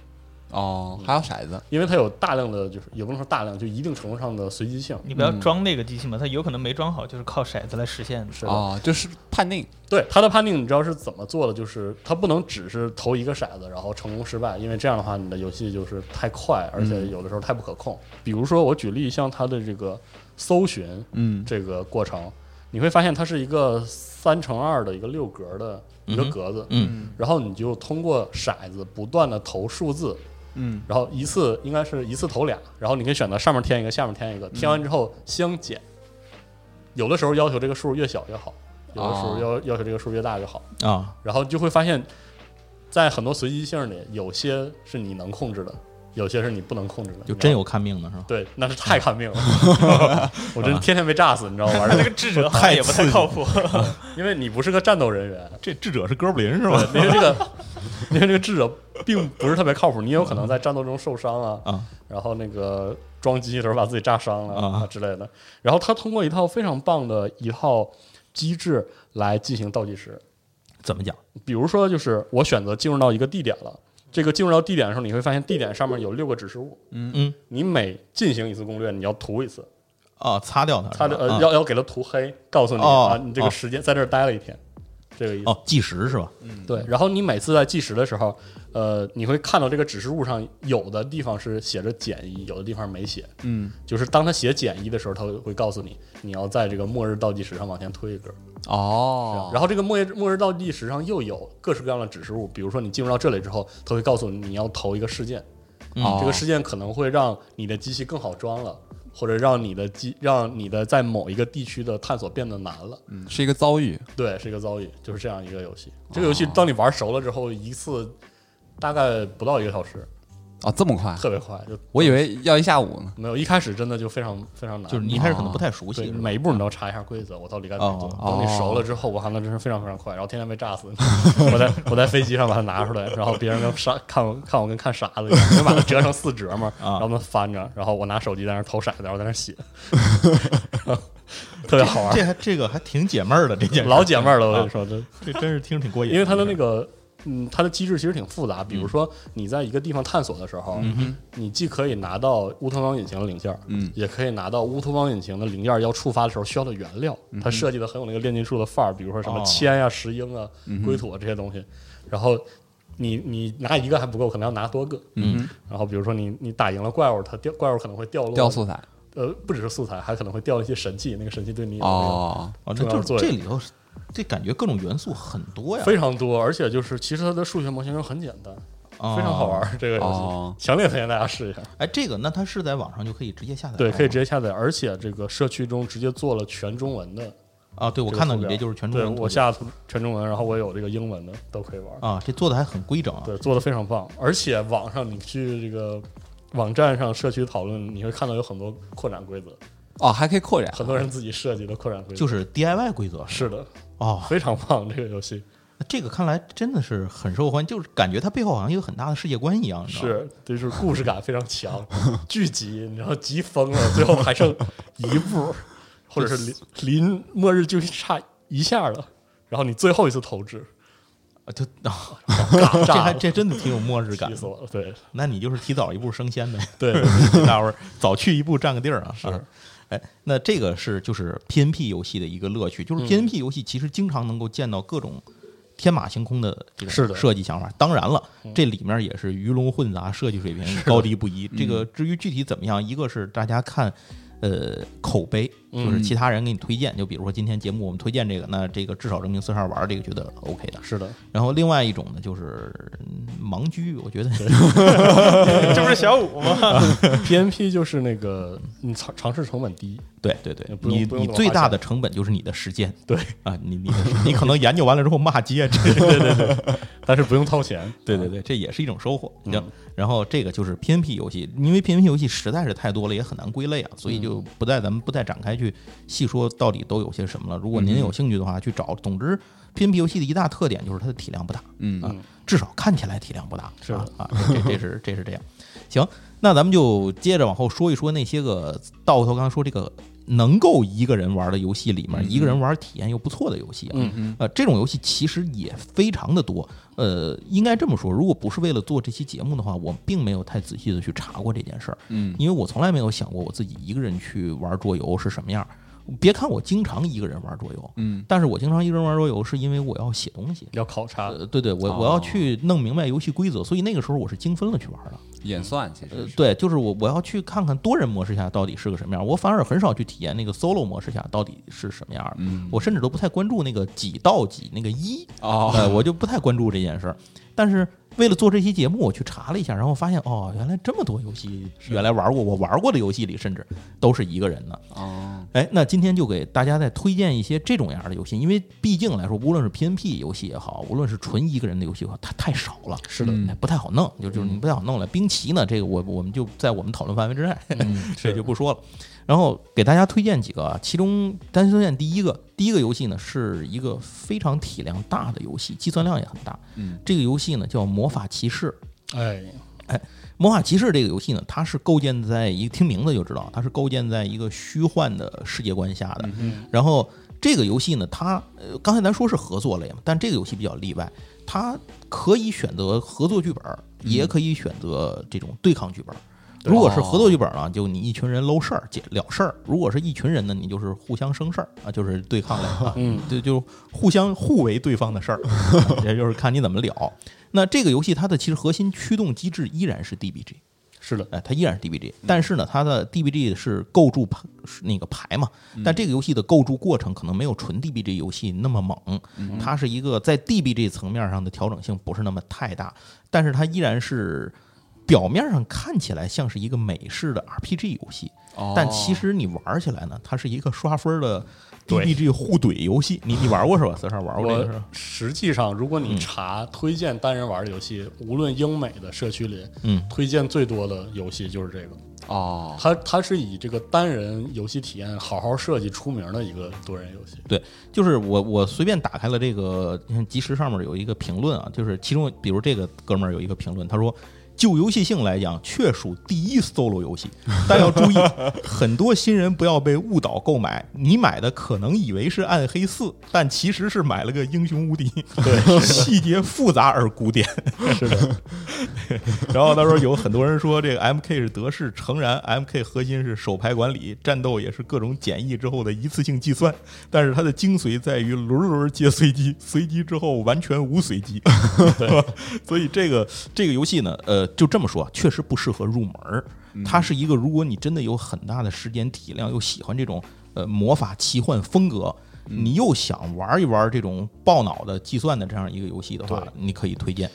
哦，还有骰子，因为它有大量的就是也不能说大量，就一定程度上的随机性。你不要嗯装那个机器嘛，它有可能没装好，就是靠骰子来实现的。是哦，就是判定，对它的判定，你知道是怎么做的？就是它不能只是投一个骰子，然后成功失败，因为这样的话你的游戏就是太快，而且有的时候太不可控。比如说我举例，像它的这个搜寻嗯这个过程，你会发现它是一个三乘二的一个六格的一个嗯哼格子，嗯然后你就通过骰子不断的投数字，嗯，然后一次应该是一次投俩，然后你可以选择上面添一个，下面添一个，添嗯完之后相减。有的时候要求这个数越小越好，有的时哦候要、要求这个数越大越好，啊，然后就会发现，在很多随机性里，有些是你能控制的，有些是你不能控制的。你知就道真吗有看命的是吧？对，那是 太看命了，我真天天被炸死，你知道吗？玩它这这个个，智者好像也不太靠谱。因为你不是个战斗人员，这智者是哥布林是对？因为这个， 因为这个智者并不是特别靠谱，你有可能在战斗中受伤啊，啊然后那个装机的时候把自己炸伤了啊之类的。然后他通过一套非常棒的一套机制来进行倒计时， 怎么讲？比如说就是我选择进入到一个地点了，这个进入到地点的时候，你会发现地点上面有六个指示物，嗯嗯你每进行一次攻略，你要涂一次，啊，擦掉它是吧，他的呃啊要要给它涂黑，告诉你哦啊，你这个哦时间在这儿待了一天，这个意思。哦计时是吧？嗯对，然后你每次在计时的时候，呃，你会看到这个指示物上有的地方是写着减一，有的地方没写。嗯，就是当它写减一的时候，它会会告诉你，你要在这个末日倒计时上往前推一格。哦，然后这个末日末日倒计时上又有各式各样的指示物，比如说你进入到这里之后，它会告诉你你要投一个事件，啊哦这个事件可能会让你的机器更好装了，或者让你的机让你的在某一个地区的探索变得难了。嗯是一个遭遇，对，是一个遭遇，就是这样一个游戏。哦这个游戏当你玩熟了之后，一次大概不到一个小时，哦，这么快，啊特别快，就我以为要一下午呢。没有一开始真的就非常非常难，就是你一开始可能不太熟悉对是吧，每一步你都要查一下规则，我到底该怎么做。哦等你熟了之后，我看它真是非常非常快，然后天天被炸死。 我在我在飞机上把它拿出来，然后别人跟傻看我看我跟看傻子一样，就把它折成四折嘛，啊然后他们翻着，然后我拿手机在那儿投骰子，然后在那儿 写，特别好玩这。还这个还挺解闷儿的这件事，啊老姐妹儿了，我跟你说，真这真是听着挺过瘾，因为它的那个。嗯，它的机制其实挺复杂。比如说，你在一个地方探索的时候，你既可以拿到乌托邦引擎的零件，嗯，也可以拿到乌托邦引擎的零件要触发的时候需要的原料。它设计的很有那个炼金术的范儿，比如说什么哦铅呀、石英啊、硅土啊这些东西。然后你你拿一个还不够，可能要拿多个。嗯，然后比如说你你打赢了怪物，它掉怪物可能会掉落掉素材呃，不只是素材，还可能会掉一些神器，那个神器对你有那个哦，哦，重那要就是作这用里头是，这感觉各种元素很多呀，非常多，而且就是其实它的数学模型又很简单，哦非常好玩儿这个游戏，哦强烈推荐大家试一下。嗯哎，这个那它是在网上就可以直接下载吗，对，可以直接下载，而且这个社区中直接做了全中文的这个图啊。对，标。我看到你这就是全中文图对标，我下全中文，然后我有这个英文的都可以玩儿。啊，这做的还很规整啊。对，做的非常棒，而且网上你去这个网站上社区讨论，你会看到有很多扩展规则，哦，还可以扩展，很多人自己设计的扩展规则。就是 DIY 规则是的，哦，非常棒这个游戏那这个看来真的是很受欢迎，就是感觉它背后好像有很大的世界观一样，你知道吗是，就是故事感非常 强，剧集，然后急疯了，最后还剩一步，或者是临临末日就差一下了，然后你最后一次投掷，啊， 就啊，嘎这炸还了，这真的挺有末日感气。死我了！ 对那你就是提早一步升仙呗，对，大伙儿早去一步占个地儿啊。是，哎，那这个是就是 PNP 游戏的一个乐趣，就是嗯 PNP 游戏其实经常能够见到各种天马行空的这是种的嗯设计想法。当然了，这里面也是鱼龙混杂，设计水平高低不一。嗯这个至于具体怎么样，一个是大家看。呃，口碑就是其他人给你推荐，就比如说今天节目我们推荐这个，那这个至少证明四十二玩儿这个觉得 OK 的。是的，然后另外一种呢，就是嗯盲狙，我觉得 这不是小五吗？ ，PNP 就是那个你尝尝试成本低，对 对对， 不用你不用你怎么最花大钱的成本就是你的时间，对啊，你你的时你可能研究完了之后骂街，这对对对但是不用掏钱。对对 对，这也是一种收获。嗯行，然后这个就是 PNP 游戏，因为 PNP 游戏实在是太多了，也很难归类啊，所以就不再咱们不再展开去细说到底都有些什么了。如果您嗯有兴趣的话，去找。总之，PNP 游戏的一大特点就是它的体量不大，嗯啊，至少看起来体量不大，是啊的啊，这这这是这是这样。行，那咱们就接着往后说一说那些个到头刚才说这个能够一个人玩的游戏里面，一个人玩体验又不错的游戏啊。嗯嗯，呃，这种游戏其实也非常的多。呃，应该这么说，如果不是为了做这期节目的话，我并没有太仔细的去查过这件事儿。嗯，因为我从来没有想过我自己一个人去玩桌游是什么样儿。别看我经常一个人玩桌游，嗯，但是我经常一个人玩桌游是因为我要写东西。 要考啊察，呃，对对，哦我我要去弄明白游戏规则，所以那个时候我是精分了去玩的。演算其实呃是，对，就是我我要去看看多人模式下到底是个什么样，我反而很少去体验那个 solo 模式下到底是什么样的，嗯我甚至都不太关注那个几到几那个一，哦呃，我就不太关注这件事儿。但是为了做这期节目，我去查了一下，然后发现哦，原来这么多游戏，原来玩过我玩过的游戏里，甚至都是一个人的。哦，哎，那今天就给大家再推荐一些这种样的游戏，因为毕竟来说，无论是 PNP 游戏也好，无论是纯一个人的游戏也好，它太少了，是的嗯不太好弄，就就是你不太好弄了。兵棋呢，这个我我们就在我们讨论范围之内，这就不说了。然后给大家推荐几个啊，其中单推荐第一个，第一个游戏呢是一个非常体量大的游戏，计算量也很大。嗯，这个游戏呢叫《魔法骑士》，哎， 《魔法骑士》这个游戏呢，它是构建在一听名字就知道，啊它是构建在一个虚幻的世界观下的。嗯然后这个游戏呢，它呃刚才咱说是合作类嘛，但这个游戏比较例外，它可以选择合作剧本，也可以选择这种对抗剧嗯本。如果是合作剧本呢，就你一群人搂事儿解了事儿；如果是一群人呢，你就是互相生事儿啊，就是对抗类啊， 嗯，对，就互相互为对方的事儿， 啊也就是看你怎么了。那这个游戏它的其实核心驱动机制依然是 DBG，是的，哎，它依然是 DBG，但是呢，它的 DBG 是构筑牌是那个牌嘛，但这个游戏的构筑过程可能没有纯 DBG 游戏那么猛，它是一个在 DBG 层面上的调整性不是那么太大，但是它依然是表面上看起来像是一个美式的 RPG 游戏，哦但其实你玩起来呢，它是一个刷分的 DBG 互怼游戏。你你玩过是吧？四十二玩过这个是我吧？嗯实际上，如果你查推荐单人玩的游戏，无论英美的社区里，嗯推荐最多的游戏就是这个。哦，它它是以这个单人游戏体验好好设计出名的一个多人游戏。对，就是我我随便打开了这个，你看即时上面有一个评论啊，就是其中比如这个哥们儿有一个评论，他说。就游戏性来讲，确属第一 solo 游戏，但 要注意，很多新人不要被误导购买。你买的可能以为是《暗黑四》，但其实是买了个《英雄无敌》，对， 细节复杂而古典。是的， 然后他说有很多人说这个 M K 是德式，诚然 M K 核心是手牌管理，战斗也是各种简易之后的一次性计算，但是它的精髓在于轮轮皆随机， 随机之后完全无随机。 所以这个这个游戏呢，呃，就这么说，确实不适合入门儿。它是一个，如果你真的有很大的时间体量，又喜欢这种呃魔法奇幻风格，你又想玩一玩这种爆脑的计算的这样一个游戏的话对，你可以推荐。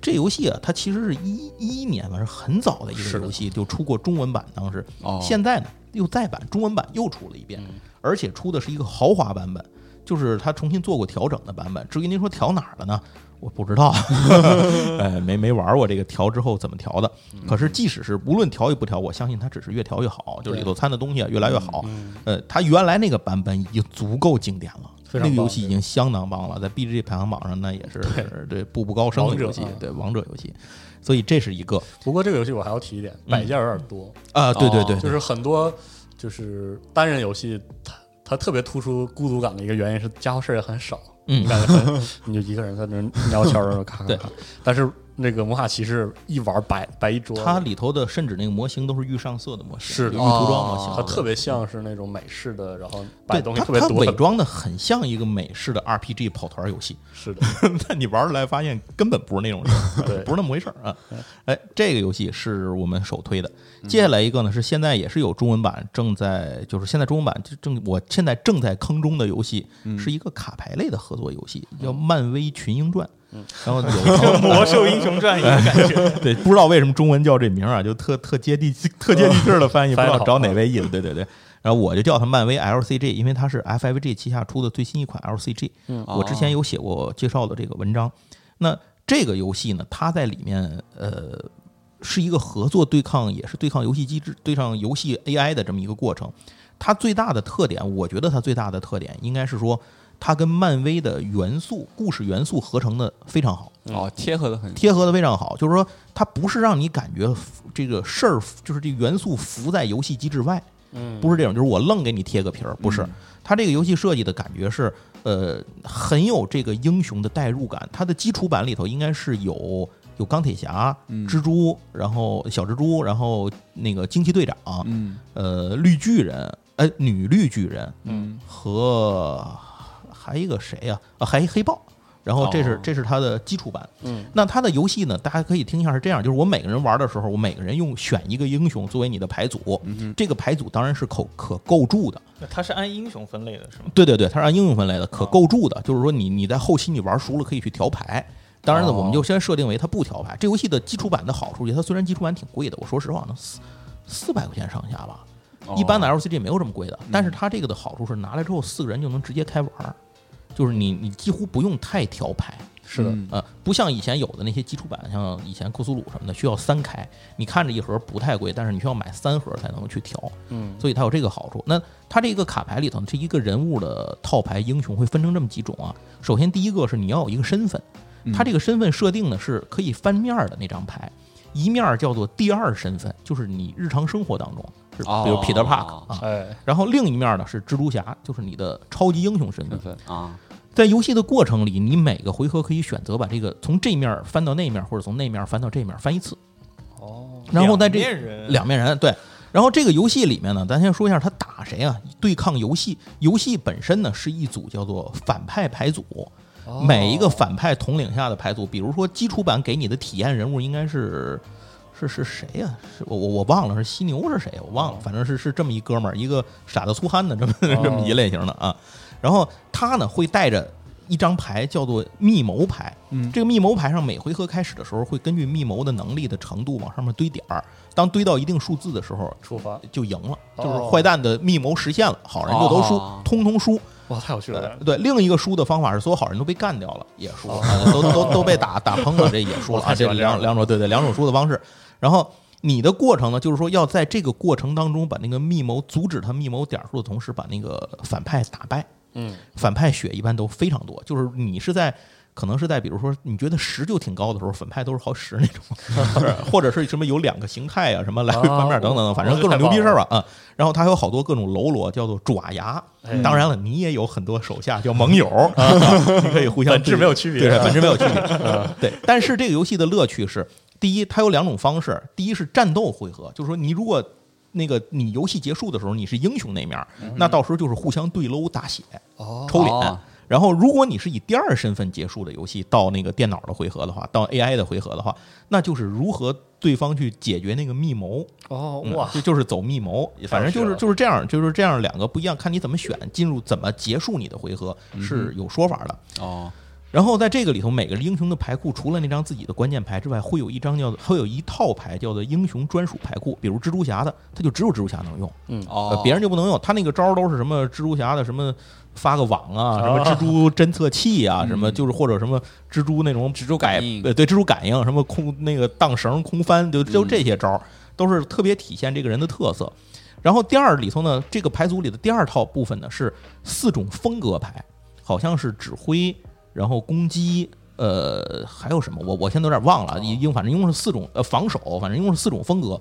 这游戏啊，它其实是一一年吧，是很早的一个游戏，就出过中文版，当时。哦现在呢，又再版中文版又出了一遍，嗯而且出的是一个豪华版本，就是它重新做过调整的版本。至于您说调哪儿了呢？我不知道， 嗯哎，没没玩过这个调之后怎么调的。可是即使是无论调与不调，我相信它只是越调越好，就是里头掺的东西啊越来越好。嗯呃，它原来那个版本已经足够经典了，非那常个棒游戏已经相当棒了，在 B G 排行榜上那也是对步步高升的王者游戏啊，对王者游戏。所以这是一个不过这个游戏我还要提一点，摆件有点多，啊，对对对，就是很多就是单人游戏它。它特别突出孤独感的一个原因是家伙事儿也很少，嗯你感觉很你就一个人在那儿聊天儿，咔咔对咔。但是那个魔法骑士一玩摆摆一桌，它里头的甚至那个模型都是预上色的模型，是就的预涂装模型，哦它特别像是那种美式的，然后摆对东西它特别它伪多。装的很像一个美式的 RPG 跑团 游戏，是的，但你玩出来发现根本不是那种事儿，对嗯 不是那么回事儿啊。哎，这个游戏是我们首推的。接下来一个呢是现在也是有中文版，正在就是现在中文版就正我现在正在坑中的游戏，嗯是一个卡牌类的合作游戏，叫《漫威群英传》。嗯然后有魔兽英雄传一个感觉， 对，不知道为什么中文叫这名儿啊，就特特接地气、特接地气儿的翻译，不翻知译道好找哪位译的。对对对，然后我就叫它漫威 LCG，因为它是 FFG 旗下出的最新一款 LCG。嗯，我哦之前有写过介绍的这个文章。那这个游戏呢，它在里面呃是一个合作对抗，也是对抗游戏机制、对抗游戏 AI 的这么一个过程。它最大的特点，我觉得它最大的特点应该是说，它跟漫威的元素、故事元素合成的非常好。哦，贴合的很，贴合的非常好，就是说它不是让你感觉这个事儿，就是这元素浮在游戏机制外，嗯，不是这种，就是我愣给你贴个皮儿，不是。它这个游戏设计的感觉是，呃，很有这个英雄的代入感。它的基础版里头应该是有有钢铁侠、嗯蜘蛛，然后小蜘蛛，然后那个惊奇队长，嗯呃，绿巨人，呃，女绿巨人嗯和还一个谁呀、啊？还一黑豹。然后这是、这是它的基础版，嗯，那它的游戏呢，大家可以听一下是这样，就是我每个人玩的时候，我每个人用选一个英雄作为你的牌组，这个牌组当然是可可构筑的，那 它是按英雄分类的是吗？对对对，它是按应用分类的，可构筑的，就是说你你在后期你玩熟了可以去调牌。当然呢，我们就先设定为它不调牌。这游戏的基础版的好处，它虽然基础版挺贵的，我说实话，能四四百块钱上下吧。一般的 LCG 没有这么贵的，但是它这个的好处是拿来之后四个人就能直接开玩儿，就是你你几乎不用太调牌，是的，呃，不像以前有的那些基础版，像以前库苏鲁什么的需要三开，你看着一盒不太贵，但是你需要买三盒才能去调，嗯，所以它有这个好处。那它这个卡牌里头，这一个人物的套牌英雄会分成这么几种啊。首先第一个是你要有一个身份，它这个身份设定呢是可以翻面儿的那张牌，一面儿叫做第二身份，就是你日常生活当中是比如哦 Peter Park 啊，哎，然后另一面儿呢是蜘蛛侠，就是你的超级英雄身份身。份啊，在游戏的过程里，你每个回合可以选择把这个从这面儿翻到那面儿，或者从那面儿翻到这面儿翻一次。哦，然后在这两面人两面人对。然后这个游戏里面呢，咱先说一下他打谁啊？对抗游戏，游戏本身呢是一组叫做反派牌组，每一个反派统领下的牌组，比如说基础版给你的体验人物应该是是是谁呀、是我我我忘了是犀牛是谁，我忘了，反正是是这么一哥们儿，一个傻子粗憨的这么 这么一类型的啊。然后他呢会带着一张牌叫做密谋牌，嗯，这个密谋牌上每回合开始的时候会根据密谋的能力的程度往上面堆点儿，当堆到一定数字的时候处罚，就赢了，哦就是坏蛋的密谋实现了，好人就都输哦，通通输。哇，太有趣呃了，对，另一个输的方法是所有好人都被干掉了，也输，都都都被打打崩了，这也输了啊。 我太喜这欢这样两了两种，对对，两种输的方式。然后你的过程呢，就是说要在这个过程当中把那个密谋阻止他密谋点数的同时，把那个反派打败。嗯，反派血一般都非常多，就是你是在。可能是在比如说你觉得十就挺高的时候，反派都是好十那种， 或者是什么有两个形态啊，什么来哦回翻面等等等，反正各种牛逼事儿吧啊。然后他还有好多各种喽啰，叫做爪牙哎。当然了，你也有很多手下叫盟友，啊 你可以互嗯相本质没有区别啊对，本质没有 区别。嗯对，但是这个游戏的乐趣是，第一，它有两种方式，第一是战斗回合，就是说你如果。那个，你游戏结束的时候你是英雄那面儿，嗯那到时候就是互相对搂打血，哦抽脸哦。然后，如果你是以第二身份结束的游戏，到那个电脑的回合的话，到 AI 的回合的话，那就是如何对方去解决那个密谋。哦，嗯哇，就就是走密谋，反正就太有趣是了就是这样，就是这样两个不一样，看你怎么选，进入怎么结束你的回合嗯是有说法的。哦，然后在这个里头，每个英雄的牌库除了那张自己的关键牌之外，会有一张叫会有一套牌叫做英雄专属牌库，比如蜘蛛侠的，它就只有蜘蛛侠能用。呃哦，别人就不能用。他那个招儿都是什么蜘蛛侠的什么发个网啊，什么哦蜘蛛侦测器啊，什么就是或者什么蜘蛛那种嗯 蜘蛛改感应对对蜘蛛感应，什么空那个荡绳空翻，就就这些招儿都是特别体现这个人的特色。然后第二里头呢，这个牌组里的第二套部分呢是四种风格牌，好像是指挥，然后攻击。呃，还有什么？我我现在有点忘了，一共反正一共是四种，呃，防守，反正一共是四种风格。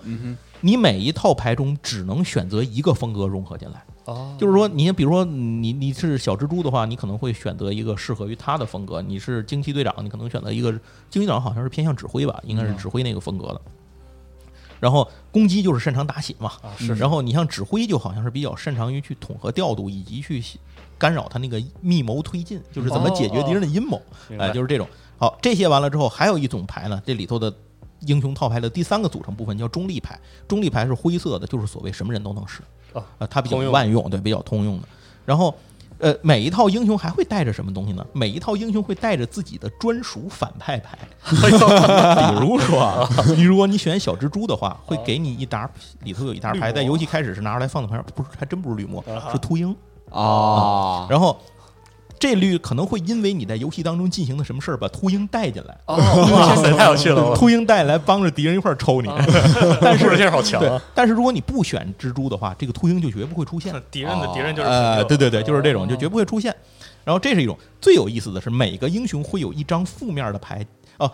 你每一套牌中只能选择一个风格融合进来。哦，就是说，你比如说你你是小蜘蛛的话，你可能会选择一个适合于他的风格；你是惊奇队长，你可能选择一个惊奇队长好像是偏向指挥吧，应该是指挥那个风格的。然后攻击就是擅长打血嘛，是。然后你像指挥就好像是比较擅长于去统合调度以及去干扰他那个密谋推进，就是怎么解决敌人的阴谋，明白哎，就是这种。好，这些完了之后，还有一种牌呢，这里头的英雄套牌的第三个组成部分叫中立牌，中立牌是灰色的，就是所谓什么人都能使，哦呃，它比较通用万用，对，比较通用的。然后，呃，每一套英雄还会带着什么东西呢？每一套英雄会带着自己的专属反派牌，哎比如 说啊，你如果你选小蜘蛛的话，会给你一沓里头有一沓牌，哦绿魔啊在游戏开始是拿出来放在旁边，不是，还真不是绿魔，是秃鹰。哦，然后。这绿可能会因为你在游戏当中进行的什么事儿，把秃鹰带进来，哦，哇塞，太有趣了，秃鹰带来帮着敌人一块儿抽你。 但 是性好强对啊，，但是如果你不选蜘蛛的话，这个秃鹰就绝不会出现那。敌人的敌人就是呃，朋友对对对，就是这种，就绝不会出现。然后这是一种最有意思的是，每个英雄会有一张负面的牌哦、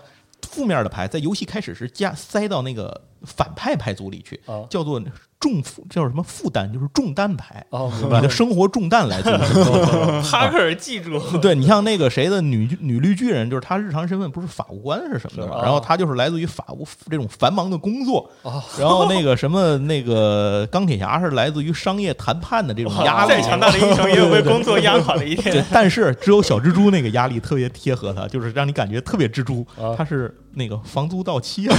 负面的牌在游戏开始时加塞到那个反派牌组里去哦，叫做重负叫什么负担，就是重担牌，哦，明白把这生活重担来自于哈克尔记住， 对你像那个谁的女女绿巨人，就是她日常身份不是法务官是什么的嘛，是然后她就是来自于法务这种繁忙的工作，哦然后那个什么那个钢铁侠是来自于商业谈判的这种压力，再强大的英雄也有被工作压垮的一对天。，但是只有小蜘蛛那个压力特别贴合他，就是让你感觉特别蜘蛛啊，他是那个房租 到期了，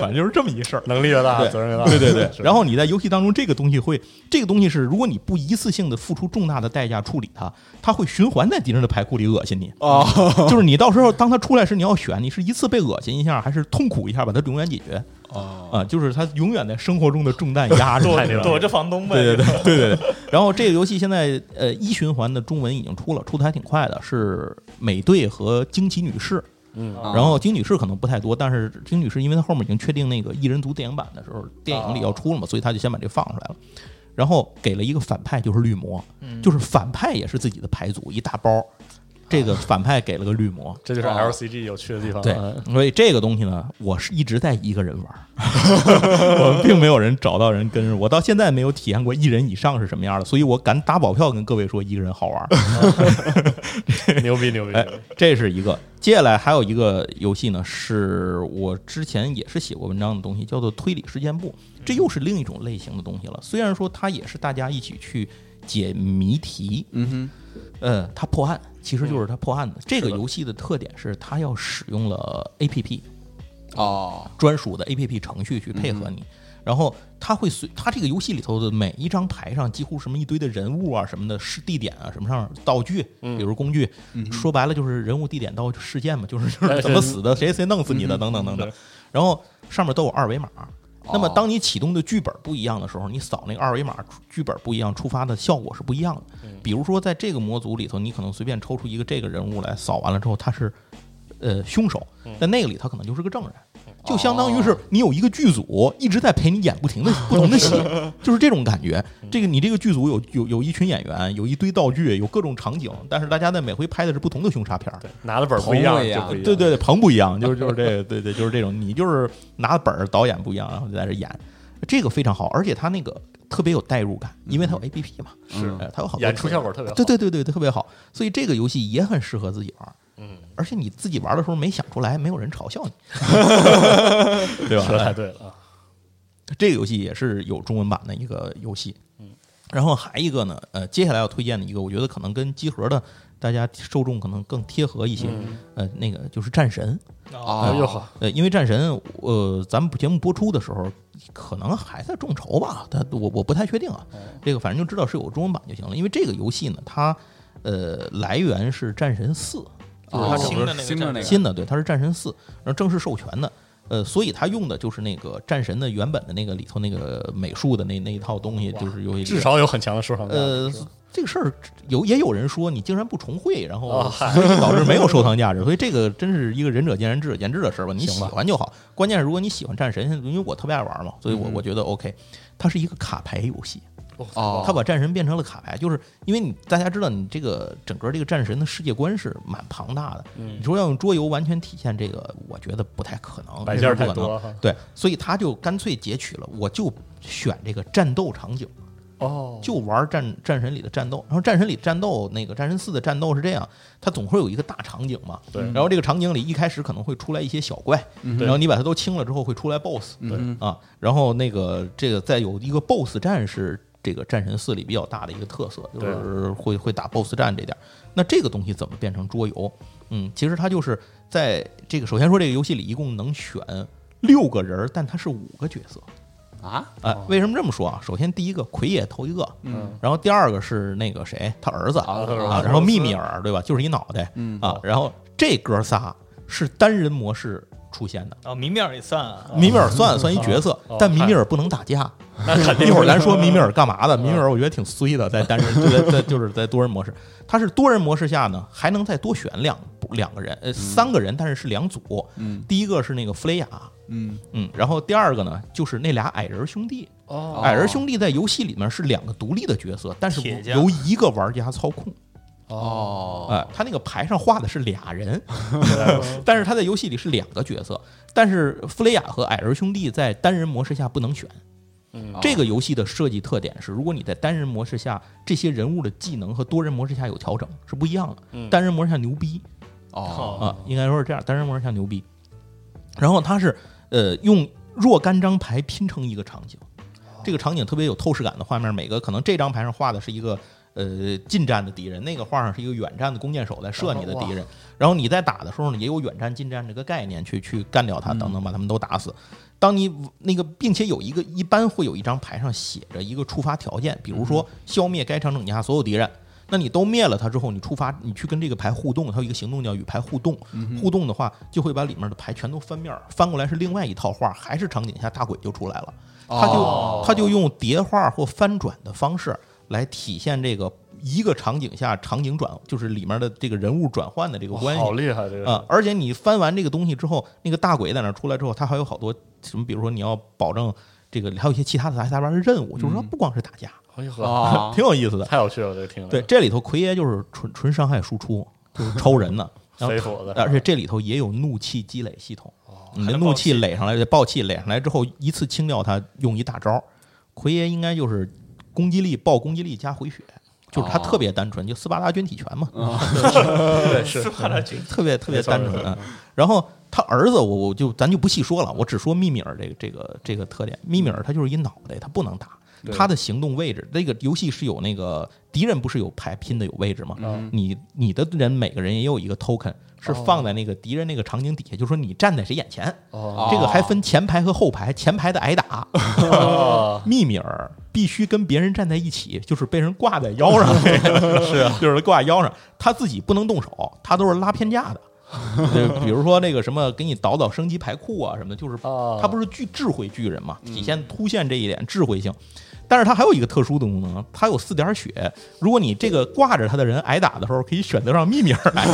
反正就是这么一事儿。能力越大，对责任啊越大。对对对，是然后你在游戏当中，这个东西会，这个东西是，如果你不一次性的付出重大的代价处理它，它会循环在敌人的牌库里恶心你。哦， 就是你到时候当它出来时，你要选，你是一次被恶心一下，还是痛苦一下把它永远解决？哦，啊，就是它永远在生活中的重担压着躲你。躲着房东呗， 对对对对对对。然后这个游戏现在呃一循环的中文已经出了，出的还挺快的，是美队和惊奇女士。嗯啊然后惊奇女士可能不太多，但是惊奇女士因为它后面已经确定那个一人族电影版的时候，电影里要出了嘛，所以他就先把这放出来了。然后给了一个反派，就是绿魔，嗯就是反派也是自己的牌组一大包。这个反派给了个绿魔，这就是 LCG 有趣的地方。嗯对，所以这个东西呢，我是一直在一个人玩儿， 我并没有人找到人跟着我，到现在没有体验过一人以上是什么样的，所以我敢打保票跟各位说，一个人好玩儿。牛逼牛逼！哎牛逼，这是一个。接下来还有一个游戏呢，是我之前也是写过文章的东西，叫做推理事件簿，这又是另一种类型的东西了。虽然说它也是大家一起去解谜题，嗯呃，它破案其实就是它破案的。这个游戏的特点是它要使用了 APP，哼，哦，专属的 APP 程序去配合你。然后它会随它这个游戏里头的每一张牌上，几乎什么一堆的人物啊、什么的是地点啊、什么上道具，比如工具，说白了就是人物、地点、道具、事件嘛，就是就是哎怎么是死的，谁谁弄死你的，等等等等。然后上面都有二维码。那么，当你启动的剧本不一样的时候，你扫那个二维码，剧本不一样，触发的效果是不一样的。比如说，在这个模组里头，你可能随便抽出一个这个人物来，扫完了之后，他是呃凶手，嗯但那个里他可能就是个证人，哦就相当于是你有一个剧组一直在陪你演不停的不同 的戏，就是这种感觉。嗯这个你这个剧组有有有一群演员，有一堆道具，有各种场景，但是大家在每回拍的是不同的凶杀片儿。拿的本儿不一样同位就呀不一样。啊对对对，棚不一样，就是就是这个，对对，就是这种，你就是拿本儿，导演不一样，然后就在这演，这个非常好，而且他那个特别有代入感，因为它有 A P P 嘛，嗯是呃它有好多演出特效果特别好。对对对对，特别好，所以这个游戏也很适合自己玩儿。嗯，而且你自己玩的时候没想出来，没有人嘲笑你， 对说得太吧？对了啊！这个游戏也是有中文版的一个游戏。嗯，然后还一个呢，呃，接下来要推荐的一个，我觉得可能跟集合的大家受众可能更贴合一些。呃，那个就是战神，哦哎呦呵，呃，因为战神，呃，咱们节目播出的时候可能还在众筹吧，但我我不太确定啊。哦这个反正就知道是有中文版就行了，因为这个游戏呢，它呃来源是战神四，就是他哦新的那个新的那个啊新的，对，它是战神四，然后正式授权的，呃，所以它用的就是那个战神的原本的那个里头那个美术的那那一套东西，就是有一个至少有很强的收藏价值。呃是吧，这个事儿有也有人说你竟然不重绘，然后哦嗨所以导 致没有收藏价值，所以这个真是一个仁者见仁，智者见智的事儿吧。你喜行吧欢就好，关键是如果你喜欢战神，因为我特别爱玩嘛，嗯所以我我觉得 OK。它是一个卡牌游戏，哦它把战神变成了卡牌，就是因为你大家知道，你这个整个这个战神的世界观是蛮庞大的。嗯你说要用桌游完全体现这个，我觉得不太可能，摆这件儿是不太可能多哈。对，所以他就干脆截取了，我就选这个战斗场景。哦，就玩战战神里的战斗，然后战神里的战斗，那个战神四的战斗是这样，它总会有一个大场景嘛，对然后这个场景里一开始可能会出来一些小怪，然后你把它都清了之后会出来 BOSS，对啊，然后那个这个再有一个 BOSS 战是这个战神四里比较大的一个特色，就对是会会打 BOSS 战这点儿。那这个东西怎么变成桌游？嗯，其实它就是在这个首先说这个游戏里一共能选六个人儿，但它是五个角色。啊，哎，为什么这么说啊？首先，第一个奎爷头一个，嗯，然后第二个是那个谁，他儿子啊啊他儿子然后密米尔对吧？就是一脑袋，嗯啊，然后这哥仨是单人模式出现的。哦，明面儿也算啊，米米尔算算一角色哦，但米米尔不能打架。那肯定一会儿咱说米米尔干嘛的？米米尔我觉得挺衰的，在单人就在在就是在多人模式，他是多人模式下呢，还能再多选两两个人，呃，三个人，但是是两组。嗯，第一个是那个弗雷亚，嗯，嗯，然后第二个呢就是那俩矮人兄弟，哦矮人兄弟在游戏里面是两个独立的角色，但是铁匠由一个玩家操控。哦，哎，他那个牌上画的是俩 人，但是他在游戏里是两个角色。但是弗雷亚和矮人兄弟在单人模式下不能选，嗯这个游戏的设计特点是，如果你在单人模式下，这些人物的技能和多人模式下有调整是不一样的。嗯单人模式下牛逼哦，啊，应该说是这样，单人模式下牛逼。然后它是呃用若干张牌拼成一个场景，这个场景特别有透视感的画面，每个可能这张牌上画的是一个。呃，近战的敌人，那个画上是一个远战的弓箭手在射你的敌人，然后你在打的时候呢，也有远战、近战这个概念去去干掉他，等等，把他们都打死。当你那个，并且有一个一般会有一张牌上写着一个触发条件，比如说消灭该场景下所有敌人。那你都灭了它之后，你触发，你去跟这个牌互动，它有一个行动叫与牌互动。互动的话，就会把里面的牌全都翻面儿，翻过来是另外一套画，还是场景下大鬼就出来了。他就他就用叠画或翻转的方式来体现这个一个场景下场景转，就是里面的这个人物转换的这个哇关系。哦好厉害这个啊、而且你翻完这个东西之后，那个大鬼在那儿出来之后，他还有好多什么，比如说你要保证这个，还有一些其他的杂七杂八的任务，就是说不光是打架，哎呵，哦，挺有意思的。太有趣了，这个听着对，这里头奎爷就是纯纯伤害输出，就是抽人的，然后飞火的，而且这里头也有怒气积累系统，你哦还的能怒爆气气垒上来，这暴气垒上来之后，一次清掉它，用一大招。奎爷应该就是攻击力爆攻击力加回血，就是他哦特别单纯，就斯巴达军体拳嘛，哦 对是特别特别没错单没纯错啊。然后他儿子我，我就咱就不细说了，我只说密米尔这个这个这个特点。密米尔他就是一脑袋，他不能打，对他的行动位置，那个游戏是有那个敌人不是有牌拼的有位置吗？哦嗯你你的人每个人也有一个 token，是放在那个敌人那个场景底下，就说你站在谁眼前。 哦这个还分前排和后排，前排的挨打，哦密米尔必须跟别人站在一起，就是被人挂在腰上， 是，就是挂腰上，他自己不能动手，他都是拉偏架的。就比如说那个什么，给你倒倒升级牌库啊什么的，就是哦嗯他不是巨智慧巨人嘛，体现凸现这一点智慧性。但是它还有一个特殊的功能，它有四点血。如果你这个挂着它的人挨打的时候，可以选择让密米尔 来。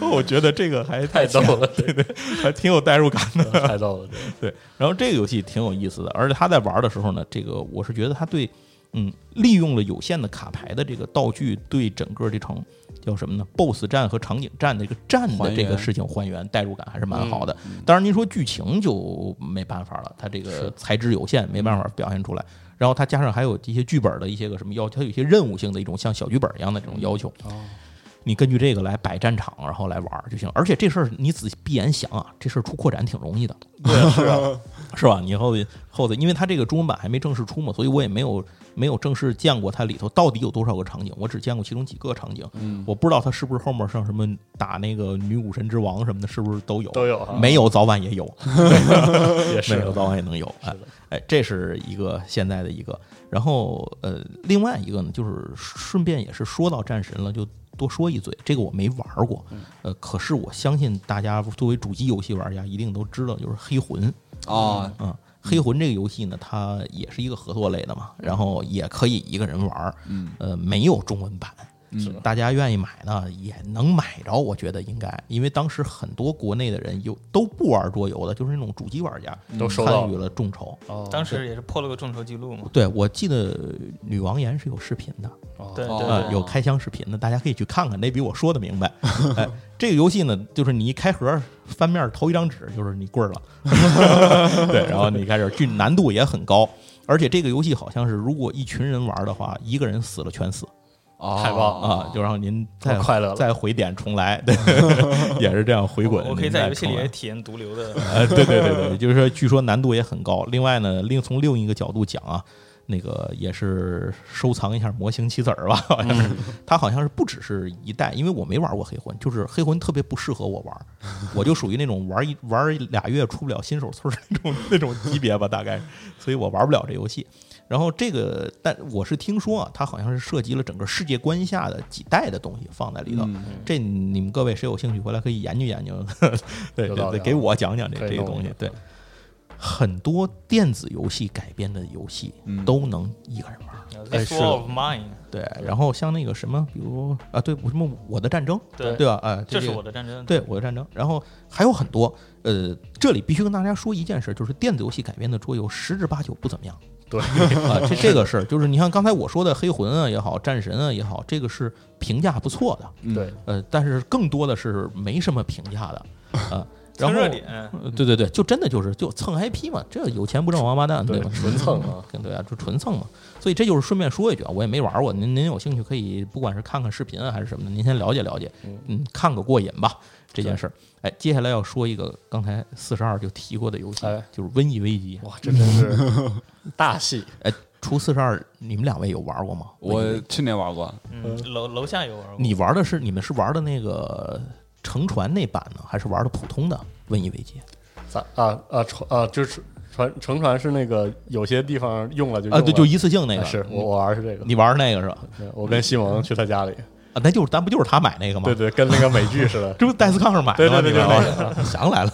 我觉得这个还太逗了，对对，还挺有代入感的。太逗了，这个对，然后这个游戏挺有意思的，而且他在玩的时候呢，这个我是觉得他对，嗯，利用了有限的卡牌的这个道具，对整个这场叫什么呢？BOSS 战和场景战的这个战的还这个原事情还原代入感还是蛮好的。当然您说剧情就没办法了，他这个材质有限，没办法表现出来。然后它加上还有一些剧本的一些个什么要求，它有一些任务性的一种像小剧本一样的这种要求。你根据这个来摆战场，然后来玩儿就行。而且这事儿你仔细闭眼想啊，这事儿出扩展挺容易的， 是啊吧？你后后头，因为它这个中文版还没正式出嘛，所以我也没有没有正式见过它里头到底有多少个场景，我只见过其中几个场景，我不知道它是不是后面像什么打那个女武神之王什么的，是不是都有？都有哈没有早晚也有，也没啊是有早晚也能有。哎是的哎，这是一个现在的一个。然后呃，另外一个呢，就是顺便也是说到战神了，就多说一嘴，这个我没玩过，嗯呃，可是我相信大家作为主机游戏玩家一定都知道，就是黑魂。哦，嗯，黑魂这个游戏呢，它也是一个合作类的嘛，然后也可以一个人玩儿，嗯，呃，没有中文版，是大家愿意买呢也能买着，我觉得应该，因为当时很多国内的人有都不玩桌游的，就是那种主机玩家都收到参与了众筹。哦当时也是破了个众筹记录嘛。对，我记得女王岩是有视频的，对哦对呃，对，有开箱视频的，大家可以去看看，那比我说的明白。哎，这个游戏呢，就是你一开盒翻面投一张纸，就是你棍儿了。对，然后你开始，这难度也很高，而且这个游戏好像是如果一群人玩的话，一个人死了全死哦太棒啊，就让您再太快乐了再回点重来， 对，也是这样回滚。我可以您在再游戏重里来也体验毒瘤 的。呃，对对对对，就是说，据说难度也很高。另外呢，另从另一个角度讲啊，那个也是收藏一下模型棋子儿吧，好像嗯是。它好像是不只是一代，因为我没玩过黑魂，就是黑魂特别不适合我 玩儿，我就属于那种玩一玩俩月出不了新手村儿那种那种级别吧，大概，所以我玩不了这游戏。然后这个，但我是听说啊，它好像是涉及了整个世界观下的几代的东西放在里头。嗯这你们各位谁有兴趣回来可以研究研究， 对有对道理对，啊给我讲讲这可以这个弄东西一。对，很多电子游戏改编的游戏嗯嗯都能一个人玩儿。 The 是 Soul 呃 of Mine，对，然后像那个什么，比如啊，对，什么我的战争，对对吧？啊，这是个我的战争。对我的战争，然后还有很多。呃，这里必须跟大家说一件事，就是电子游戏改编的桌游十之八九不怎么样对 啊。这这个事儿，就是你像刚才我说的《黑魂》啊也好，《战神》啊也好，这个是评价不错的，对呃，但是更多的是没什么评价的，啊、蹭然后热点，嗯呃对对对，就真的就是就蹭 IP 嘛，这有钱不挣王八蛋，对吧？纯蹭啊， 对啊，就纯蹭嘛。所以这就是顺便说一句啊，我也没玩过，您您有兴趣可以，不管是看看视频啊还是什么的，您先了解了解，嗯，看个过瘾吧这件事儿。哎，接下来要说一个刚才四十二就提过的游戏哎，就是《瘟疫危机》。哇，这真是 大戏，哎，除四十二，你们两位有玩过吗？我瘟疫危去年玩过，嗯，楼楼下有玩过，你玩的是你们是玩的那个乘船那版呢，还是玩的普通的《瘟疫危机》？咱啊啊船啊就是船乘船是那个有些地方用了就啊，用对，了就一次性那啊个。是你我我玩的是这个，你玩那个是吧？对我跟西蒙去他家里，啊，那就是咱不就是他买那个吗？对对，跟那个美剧似 ，的这不戴斯康上买的对吗？对对对你玩的啊 想起来了。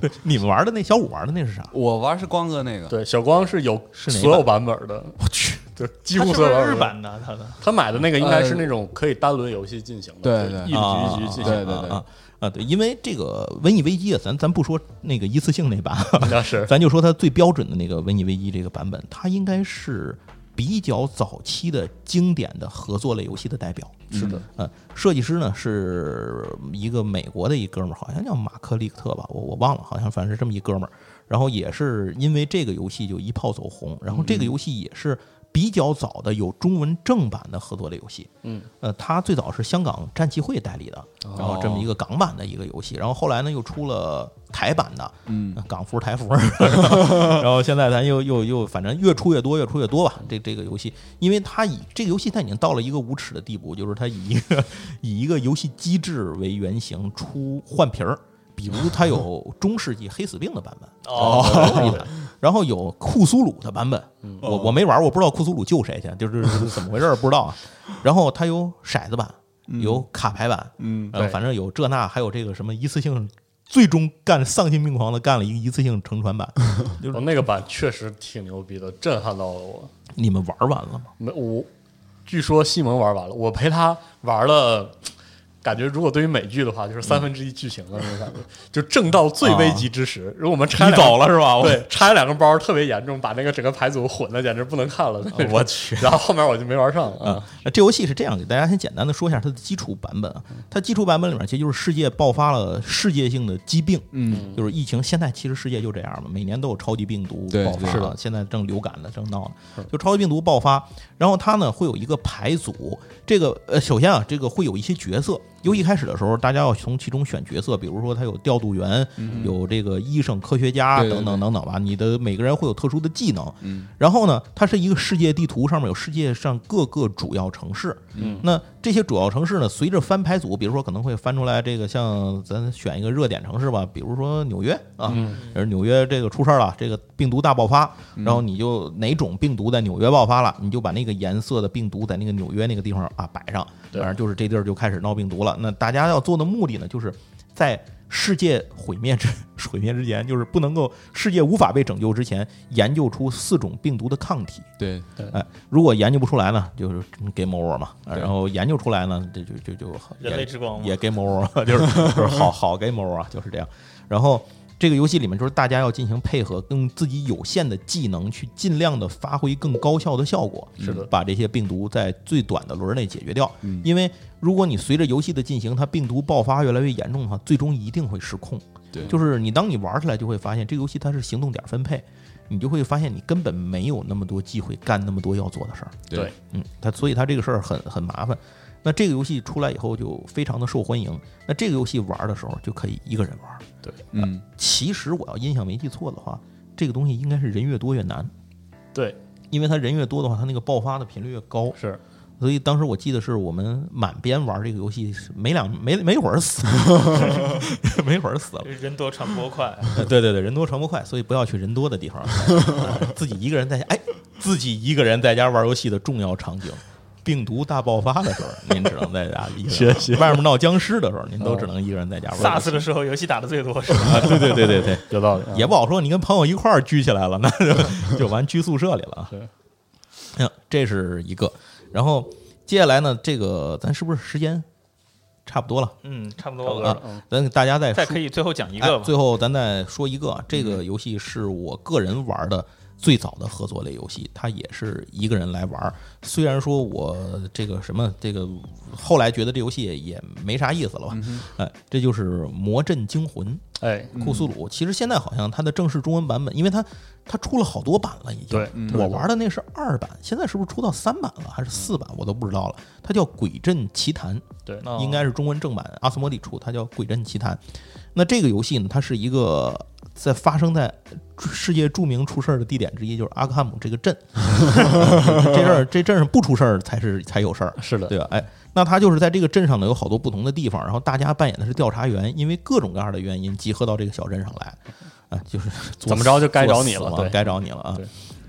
对你们玩的那小五玩的那是啥？我玩是光哥啊那个，对小光是有是哪所有版版本的，我去，对，几他乎是所不有是版本日的。版的？他的他买的那个应该是呃那种可以单轮游戏进行的，对就是对一局一局进对行对的，对啊啊，对，因为这个《瘟疫危机》啊，咱咱不说那个一次性那版， 那是咱就说它最标准的那个《瘟疫危机》这个版本，它应该是比较早期的经典的合作类游戏的代表。是的，呃，设计师呢是一个美国的一哥们儿，好像叫马克利克特吧，我我忘了，好像反正是这么一哥们儿。然后也是因为这个游戏就一炮走红，然后这个游戏也是比较早的有中文正版的合作类游戏。嗯，呃，它最早是香港战棋会代理的，然后这么一个港版的一个游戏，然后后来呢又出了台版的，嗯，港服台服，然后现在咱又又又反正越出越多，越出越多吧。这这个游戏，因为它以这个游戏它已经到了一个无耻的地步，就是它以一个 以一个游戏机制为原型出换皮儿，比如它有中世纪黑死病的版本，哦，然后有库苏鲁的版本，我我没玩儿，我不知道库苏鲁救谁去，就是就是怎么回事儿不知道啊。然后它有骰子版，有卡牌版，嗯呃，对反正有这那，还有这个什么一次性，最终干丧心病狂的干了一个一次性乘船版。我那个版确实挺牛逼的，震撼到了我。你们玩儿完了吗？没我，据说西蒙玩完了，我陪他玩了，感觉如果对于美剧的话，就是三分之一剧情的那种感觉，就正到最危急之时，如果我们拆你两个走了哦是吧？我对，拆了两个包特别严重，把那个整个牌组混的简直不能看了。我去！然后后面我就没玩上啊啊。，那这游戏是这样，给大家先简单的说一下它的基础版本啊。它基础版本里面其实就是世界爆发了世界性的疾病，嗯，就是疫情。现在其实世界就这样嘛，每年都有超级病毒对爆发，是的，现在正流感呢，正闹呢，就超级病毒爆发。然后它呢会有一个牌组，这个呃，首先啊，这个会有一些角色，由一开始的时候大家要从其中选角色，比如说它有调度员，有这个医生、科学家嗯对对等对嗯等等等吧。你的每个人会有特殊的技能，然后呢，它是一个世界地图，上面有世界上各个主要城市。嗯，那这些主要城市呢，随着翻牌组，比如说可能会翻出来这个，像咱选一个热点城市吧，比如说纽约啊，嗯而纽约这个出事儿了，这个病毒大爆发，然后你就哪种病毒在纽约爆发了，你就把那个颜色的病毒在那个纽约那个地方啊摆上，对反正就是这地儿就开始闹病毒了。那大家要做的目的呢，就是在世界毁灭之 毁灭之前，就是不能够世界无法被拯救之前，研究出四种病毒的抗体。对，哎，如果研究不出来呢，就是 game over 嘛。啊对然后研究出来呢，这就就就也人类之光嘛也 game over，就是 就是好好 game over，啊就是这样。然后这个游戏里面就是大家要进行配合，用自己有限的技能去尽量的发挥更高效的效果，是的嗯把这些病毒在最短的轮儿内解决掉。因为如果你随着游戏的进行，它病毒爆发越来越严重的话，最终一定会失控。对就是你当你玩起来就会发现，这个游戏它是行动点分配，你就会发现你根本没有那么多机会干那么多要做的事儿。对，嗯，它所以它这个事儿很很麻烦。那这个游戏出来以后就非常的受欢迎。那这个游戏玩的时候就可以一个人玩儿。嗯，其实我要印象没记错的话，这个东西应该是人越多越难，对，因为它人越多的话，它那个爆发的频率越高。是所以当时我记得是我们满编玩这个游戏，没两没没一会儿死， 没一会儿死了。人多传播快，呃 对对对，人多传播快，所以不要去人多的地方，呃自己一个人在家，哎，自己一个人在家玩游戏的重要场景。病毒大爆发的时候，您只能在家一个人玩；外面闹僵尸的时候，您都只能一个人在家玩。 SARS 的时候游戏打的最多是吧？啊，对对对对对，有道理啊。也不好说，你跟朋友一块儿聚起来了，那就就完居宿舍里了啊。对嗯，这是一个。然后接下来呢，这个咱是不是时间差不多了？嗯，差不多了。啊，咱给大家再再说可以最后讲一个哎吧，嗯最后咱再说一个啊，这个游戏是我个人玩的最早的合作类游戏，它也是一个人来玩儿。虽然说我这个什么这个嗯后来觉得这游戏也没啥意思了吧，哎，这就是《魔阵惊魂》哎，嗯库苏鲁，其实现在好像它的正式中文版本，因为它它出了好多版了，已经。对嗯我玩的那是二版，现在是不是出到三版了，还是四版？我都不知道了。它叫《鬼阵奇谭》，对，哦应该是中文正版，阿斯莫里出，它叫《鬼阵奇谭》。那这个游戏呢，它是一个在发生在世界著名出事儿的地点之一，就是阿克汉姆这个镇。 这阵儿这阵儿不出事儿才是才有事儿，是的，对吧？哎，那他就是在这个镇上呢，有好多不同的地方，然后大家扮演的是调查员，因为各种各样的原因集合到这个小镇上来，啊，就是作怎么着就该找你作死了嘛对该找你了啊对！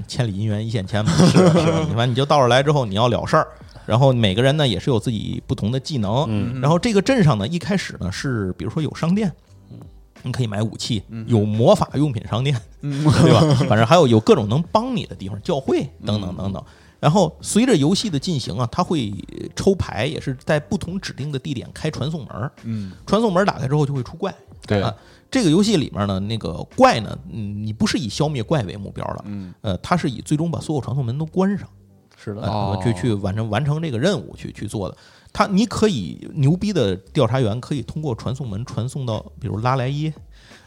千里姻缘一线牵嘛，是吧是吧，反正你就到这儿来之后，你要了事儿。然后每个人呢也是有自己不同的技能，嗯然后这个镇上呢一开始呢是比如说有商店，你可以买武器，嗯有魔法用品商店，对吧？反正还有有各种能帮你的地方，教会等等嗯等等。然后随着游戏的进行啊，它会呃抽牌，也是在不同指定的地点开传送门儿。嗯，传送门打开之后就会出怪。对啊，这个游戏里面呢，那个怪呢，嗯，你不是以消灭怪为目标了，嗯，呃，它是以最终把所有传送门都关上，是的，呃，哦去去完成完成这个任务去去做的。它你可以牛逼的调查员可以通过传送门传送到，比如拉莱耶，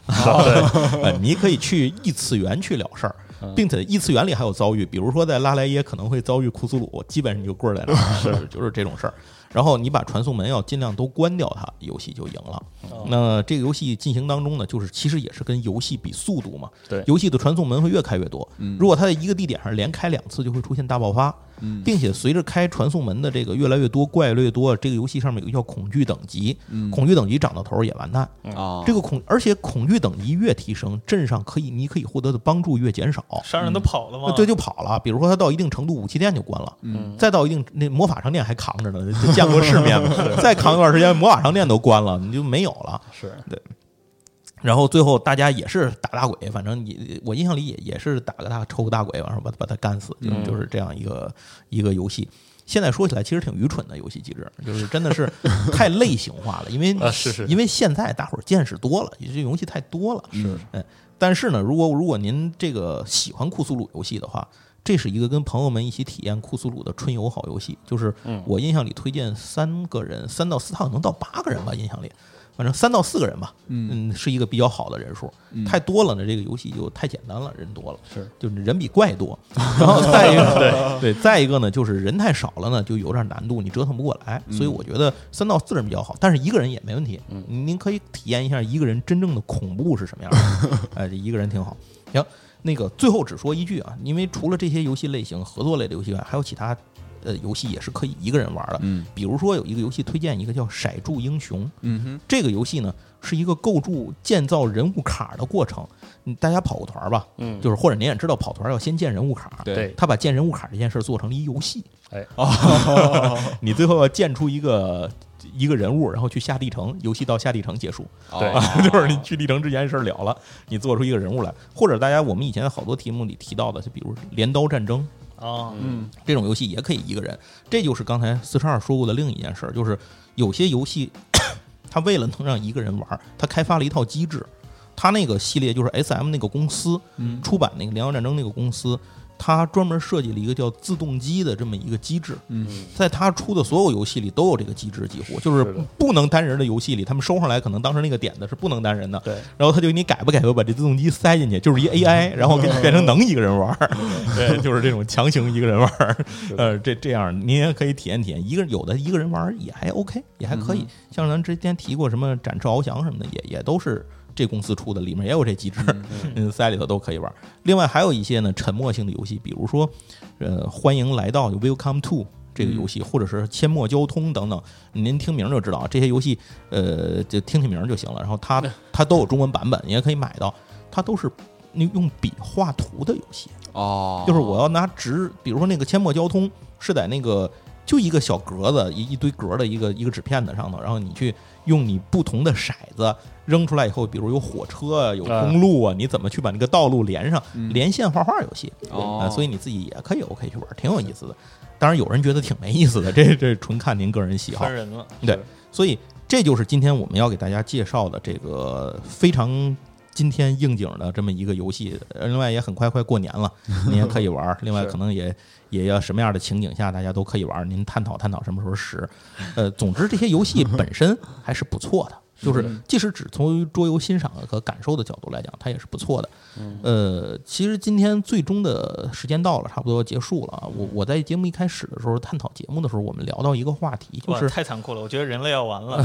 呃，你可以去异次元去了事儿，并且异次元里还有遭遇，比如说在拉莱耶可能会遭遇库苏鲁，基本上你就棍儿在那儿，是就是这种事儿。然后你把传送门要尽量都关掉它，游戏就赢了。那这个游戏进行当中呢，就是其实也是跟游戏比速度嘛。对游戏的传送门会越开越多。如果它在一个地点上连开两次，就会出现大爆发，并且随着开传送门的这个越来越多，怪越来越多，这个游戏上面有一个叫恐惧等级，嗯恐惧等级涨到头儿也完蛋。啊，这个恐，而且恐惧等级越提升，镇上可以你可以获得的帮助越减少。商人都跑了那吗？嗯对，就跑了。比如说，他到一定程度，武器店就关了，再到一定那魔法商店还扛着呢，就见过世面嘛。 再扛一段时间，魔法商店都关了，你就没有了。是然后最后大家也是打大鬼，反正你我印象里也也是打个大抽个大鬼，完事儿把把他干死，就嗯就是这样一个一个游戏。现在说起来其实挺愚蠢的游戏机制，就是真的是太类型化了，因为啊是是因为现在大伙儿见识多了，也这游戏太多了是嗯。但是呢，如果如果您这个喜欢库苏鲁游戏的话，这是一个跟朋友们一起体验库苏鲁的春游好游戏。就是我印象里推荐三个人，三到四趟能到八个人吧，印象里，反正三到四个人吧，嗯，是一个比较好的人数。太多了呢，这个游戏就太简单了，人多了，是就是人比怪多。然后再一个， 对对，再一个呢，就是人太少了呢，就有点难度，你折腾不过来。所以我觉得三到四人比较好，但是一个人也没问题。您可以体验一下一个人真正的恐怖是什么样的。哎，这一个人挺好。行，那个最后只说一句啊，因为除了这些游戏类型，合作类的游戏外，还有其他。呃，游戏也是可以一个人玩的，嗯，比如说有一个游戏推荐一个叫《骰注英雄》，嗯哼，这个游戏呢是一个构筑建造人物卡的过程。嗯大家跑过团儿吧，嗯就是或者您也知道，跑团儿要先建人物卡。对对，他把建人物卡这件事儿做成了一游戏，哦哎， 你最后要建出一个一个人物，然后去下地城，游戏到下地城结束。啊对哦 就是你去地城之前的事儿了了，你做出一个人物来，或者大家我们以前好多题目里提到的，就比如镰刀战争，啊，这种游戏也可以一个人。这就是刚才四十二说过的另一件事儿，就是有些游戏， 它为了能让一个人玩儿，它开发了一套机制。它那个系列就是 S M 那个公司、出版那个《联合战争》那个公司，它专门设计了一个叫自动机的这么一个机制。嗯，在它出的所有游戏里都有这个机制，几乎就是是的不能单人的游戏里，他们收上来可能当时那个点子是不能单人的，对，然后他就给你改吧改吧，把这自动机塞进去，就是 一 AI，然后给你变成能一个人玩儿， 对，就是这种强行一个人玩儿，呃，这这样您也可以体验体验，一个人有的一个人玩儿也还 OK，也还可以，像咱之前提过什么展翅翱翔什么的，也也都是。这公司出的里面也有这机制，嗯，塞里头都可以玩儿。另外还有一些呢沉默性的游戏，比如说，呃，欢迎来到 Welcome to 这个游戏，或者是阡陌交通等等，您听名儿就知道啊这些游戏，呃，就听听名儿就行了。然后嗯它它都有中文版本，也可以买到，它都是你用笔画图的游戏，哦，就是我要拿纸，比如说那个阡陌交通是在那个就一个小格子一一堆格的一个一个纸片子上头，然后你去用你不同的骰子扔出来以后，比如有火车啊，有嗯公路啊，你怎么去把那个道路连上？连线画画游戏，哦呃所以你自己也可以 OK 去玩，挺有意思的。当然，有人觉得挺没意思的，这这纯看您个人喜好分。人了，对，所以这就是今天我们要给大家介绍的这个非常今天应景的这么一个游戏。呃另外也很快快过年了，您也可以玩儿。另外可能也也要什么样的情景下大家都可以玩儿，您探讨探讨什么时候使。呃，总之这些游戏本身还是不错的。就是即使只从于桌游欣赏和感受的角度来讲，它也是不错的。呃，其实今天最终的时间到了，差不多要结束了啊。我我在节目一开始的时候探讨节目的时候，我们聊到一个话题，就哇，是嗯太残酷了，我觉得人类要完了。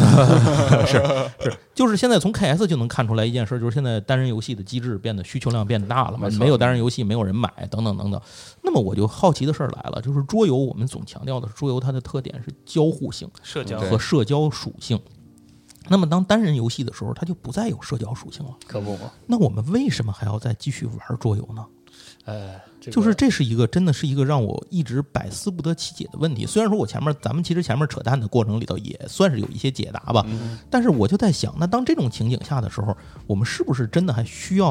就是现在从 KS 就能看出来一件事，就是现在单人游戏的机制变得需求量变大了嘛没，错没有单人游戏没有人买，等等等等。那么我就好奇的事儿来了，就是桌游，我们总强调的是桌游它的特点是交互性社交对和社交属性。那么当单人游戏的时候，它就不再有社交属性了。可不嘛。那我们为什么还要再继续玩桌游呢？哎，这个就是这是一个真的是一个让我一直百思不得其解的问题。虽然说我前面咱们其实前面扯淡的过程里头也算是有一些解答吧，嗯但是我就在想，那当这种情景下的时候，我们是不是真的还需要，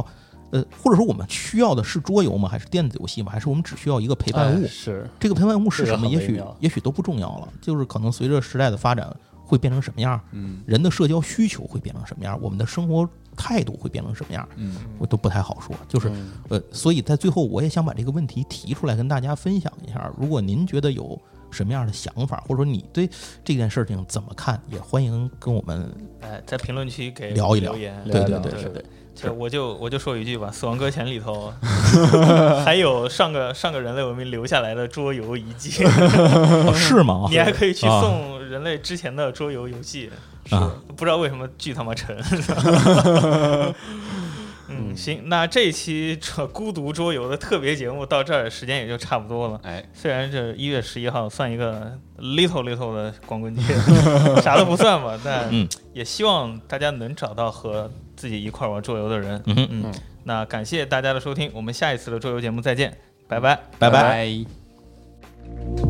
呃，或者说我们需要的是桌游吗？还是电子游戏吗？还是我们只需要一个陪伴哎物？是这个陪伴物是什么？这个也很微许妙也许都不重要了，就是可能随着时代的发展会变成什么样，嗯，人的社交需求会变成什么样，我们的生活态度会变成什么样，嗯，我都不太好说。就是呃，所以在最后，我也想把这个问题提出来跟大家分享一下。如果您觉得有什么样的想法，或者说你对这件事情怎么看，也欢迎跟我们哎，在评论区给聊一聊留言。对对聊对对对对，就我就我就说一句吧，《死亡搁浅》里 头还有上个上个人类文明留下来的桌游遗迹，哦是吗？你还可以去啊送人类之前的桌游游戏。啊，不知道为什么巨他妈 沉。嗯，行，那这一期这孤独桌游的特别节目到这儿，时间也就差不多了。哎，虽然这一月十一号算一个 little little 的光 棍节，啥都不算吧，但嗯也希望大家能找到和自己一块儿玩桌游的人。嗯哼嗯，那感谢大家的收听，我们下一次的桌游节目再见，拜拜。拜拜。拜